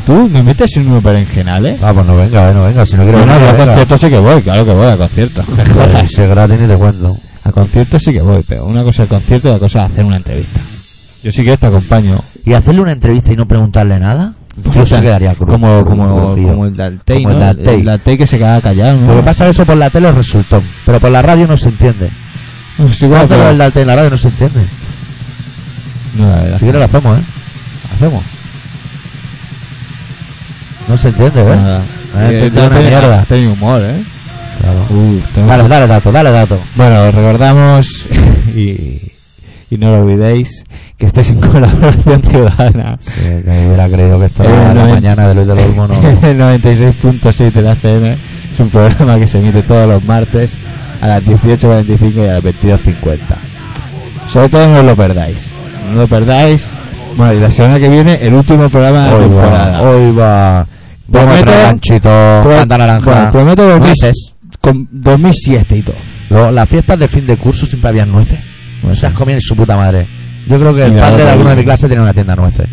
Speaker 1: ¿Tú me metes en unos berenjenales?
Speaker 2: Ah, pues no venga, eh, no venga, si no quiero
Speaker 1: Pero no,
Speaker 2: venir,
Speaker 1: yo a
Speaker 2: venga.
Speaker 1: conciertos sí que voy, claro que voy a conciertos.
Speaker 2: Joder, si es gratis ni te cuento.
Speaker 1: a conciertos sí que voy, pero una cosa es el concierto y otra cosa es hacer una entrevista. Yo sí que te acompaño.
Speaker 2: ¿Y hacerle una entrevista y no preguntarle nada?
Speaker 1: Pues
Speaker 2: Yo se Pues quedaría cru-
Speaker 1: como, como,
Speaker 2: crujido.
Speaker 1: como el Daltei,
Speaker 2: Como el
Speaker 1: ¿no?
Speaker 2: Daltei.
Speaker 1: El Daltei que se queda callado, ¿no?
Speaker 2: Lo que pasa es que eso por la tele es resultón, pero por la radio no se entiende.
Speaker 1: Es
Speaker 2: Si
Speaker 1: igual,
Speaker 2: hacer
Speaker 1: pero-
Speaker 2: el Daltei en la radio no se entiende.
Speaker 1: No, la verdad. Eh,
Speaker 2: Si quieres lo hacemos, ¿eh?
Speaker 1: hacemos.
Speaker 2: No se entiende, ¿eh?
Speaker 1: Nada.
Speaker 2: Ah,
Speaker 1: Eh,
Speaker 2: te-
Speaker 1: Daltei
Speaker 2: una mierda.
Speaker 1: Daltei tiene humor, ¿eh?
Speaker 2: Claro.
Speaker 1: Uh, tengo-
Speaker 2: Dale, dale dato, dale dato.
Speaker 1: Bueno, os recordamos y, y no lo olvidéis que estáis en colaboración ciudadana.
Speaker 2: Sí, que hubiera creído que esto
Speaker 1: Eh,
Speaker 2: era la
Speaker 1: no, eh.
Speaker 2: mañana de Luis del Olmo no...
Speaker 1: El 96.6 de la FM es un programa que se emite todos los martes a las 18.45 y a las 22.50. Sobre todo no os lo perdáis. No lo perdáis. Bueno, y la semana que viene el último programa de la
Speaker 2: Hoy
Speaker 1: temporada.
Speaker 2: va, hoy va. Vamos a
Speaker 1: Prometo-
Speaker 2: traer ganchito,
Speaker 1: Pro-
Speaker 2: banda naranja.
Speaker 1: bueno, prometo dormir-
Speaker 2: Nueces.
Speaker 1: con 2007 y todo.
Speaker 2: Luego, las fiestas de fin de curso siempre había nueces. O sea, comían y su puta madre. Yo creo que el
Speaker 1: Mira,
Speaker 2: padre de
Speaker 1: otro
Speaker 2: alguno de mi
Speaker 1: día.
Speaker 2: clase tenía una tienda de nueces.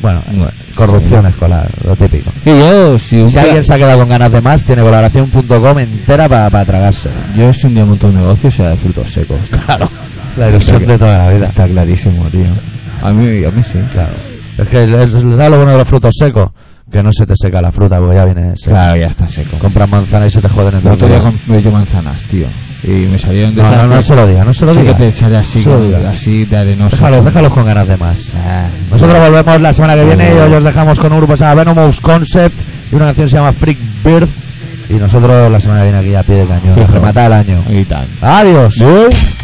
Speaker 2: Bueno, eh,
Speaker 1: Bueno,
Speaker 2: corrupción escolar, lo típico.
Speaker 1: Y yo, si, un
Speaker 2: Si
Speaker 1: día-
Speaker 2: alguien se ha quedado con ganas de más, tiene colaboración.com entera para tragarse.
Speaker 1: yo si un día monto un negocio será de frutos secos.
Speaker 2: Claro, la ilusión de toda la vida.
Speaker 1: Está clarísimo, tío. A mí, a mí sí, claro.
Speaker 2: Es que es es lo bueno de los frutos secos, que no se te seca la fruta, porque ya viene seca.
Speaker 1: Claro, ya está seco.
Speaker 2: Compras manzana y se te joden en
Speaker 1: El
Speaker 2: todo
Speaker 1: otro día compré yo manzanas, tío. Y me salieron de
Speaker 2: No,
Speaker 1: esas
Speaker 2: no, no
Speaker 1: que-
Speaker 2: se lo diga, no se lo
Speaker 1: Sí
Speaker 2: diga.
Speaker 1: que te sale así,
Speaker 2: Se lo
Speaker 1: como-
Speaker 2: diga.
Speaker 1: así de arenoso.
Speaker 2: Déjalos, déjalos con ganas de más.
Speaker 1: Ah,
Speaker 2: Nosotros volvemos la semana que viene y hoy os dejamos con un grupo que se llama Venomous Concept y una canción que se llama Freak Bird. Y nosotros la semana que viene aquí a pie de cañón, a
Speaker 1: Fijo.
Speaker 2: rematar el año.
Speaker 1: y tal.
Speaker 2: Adiós.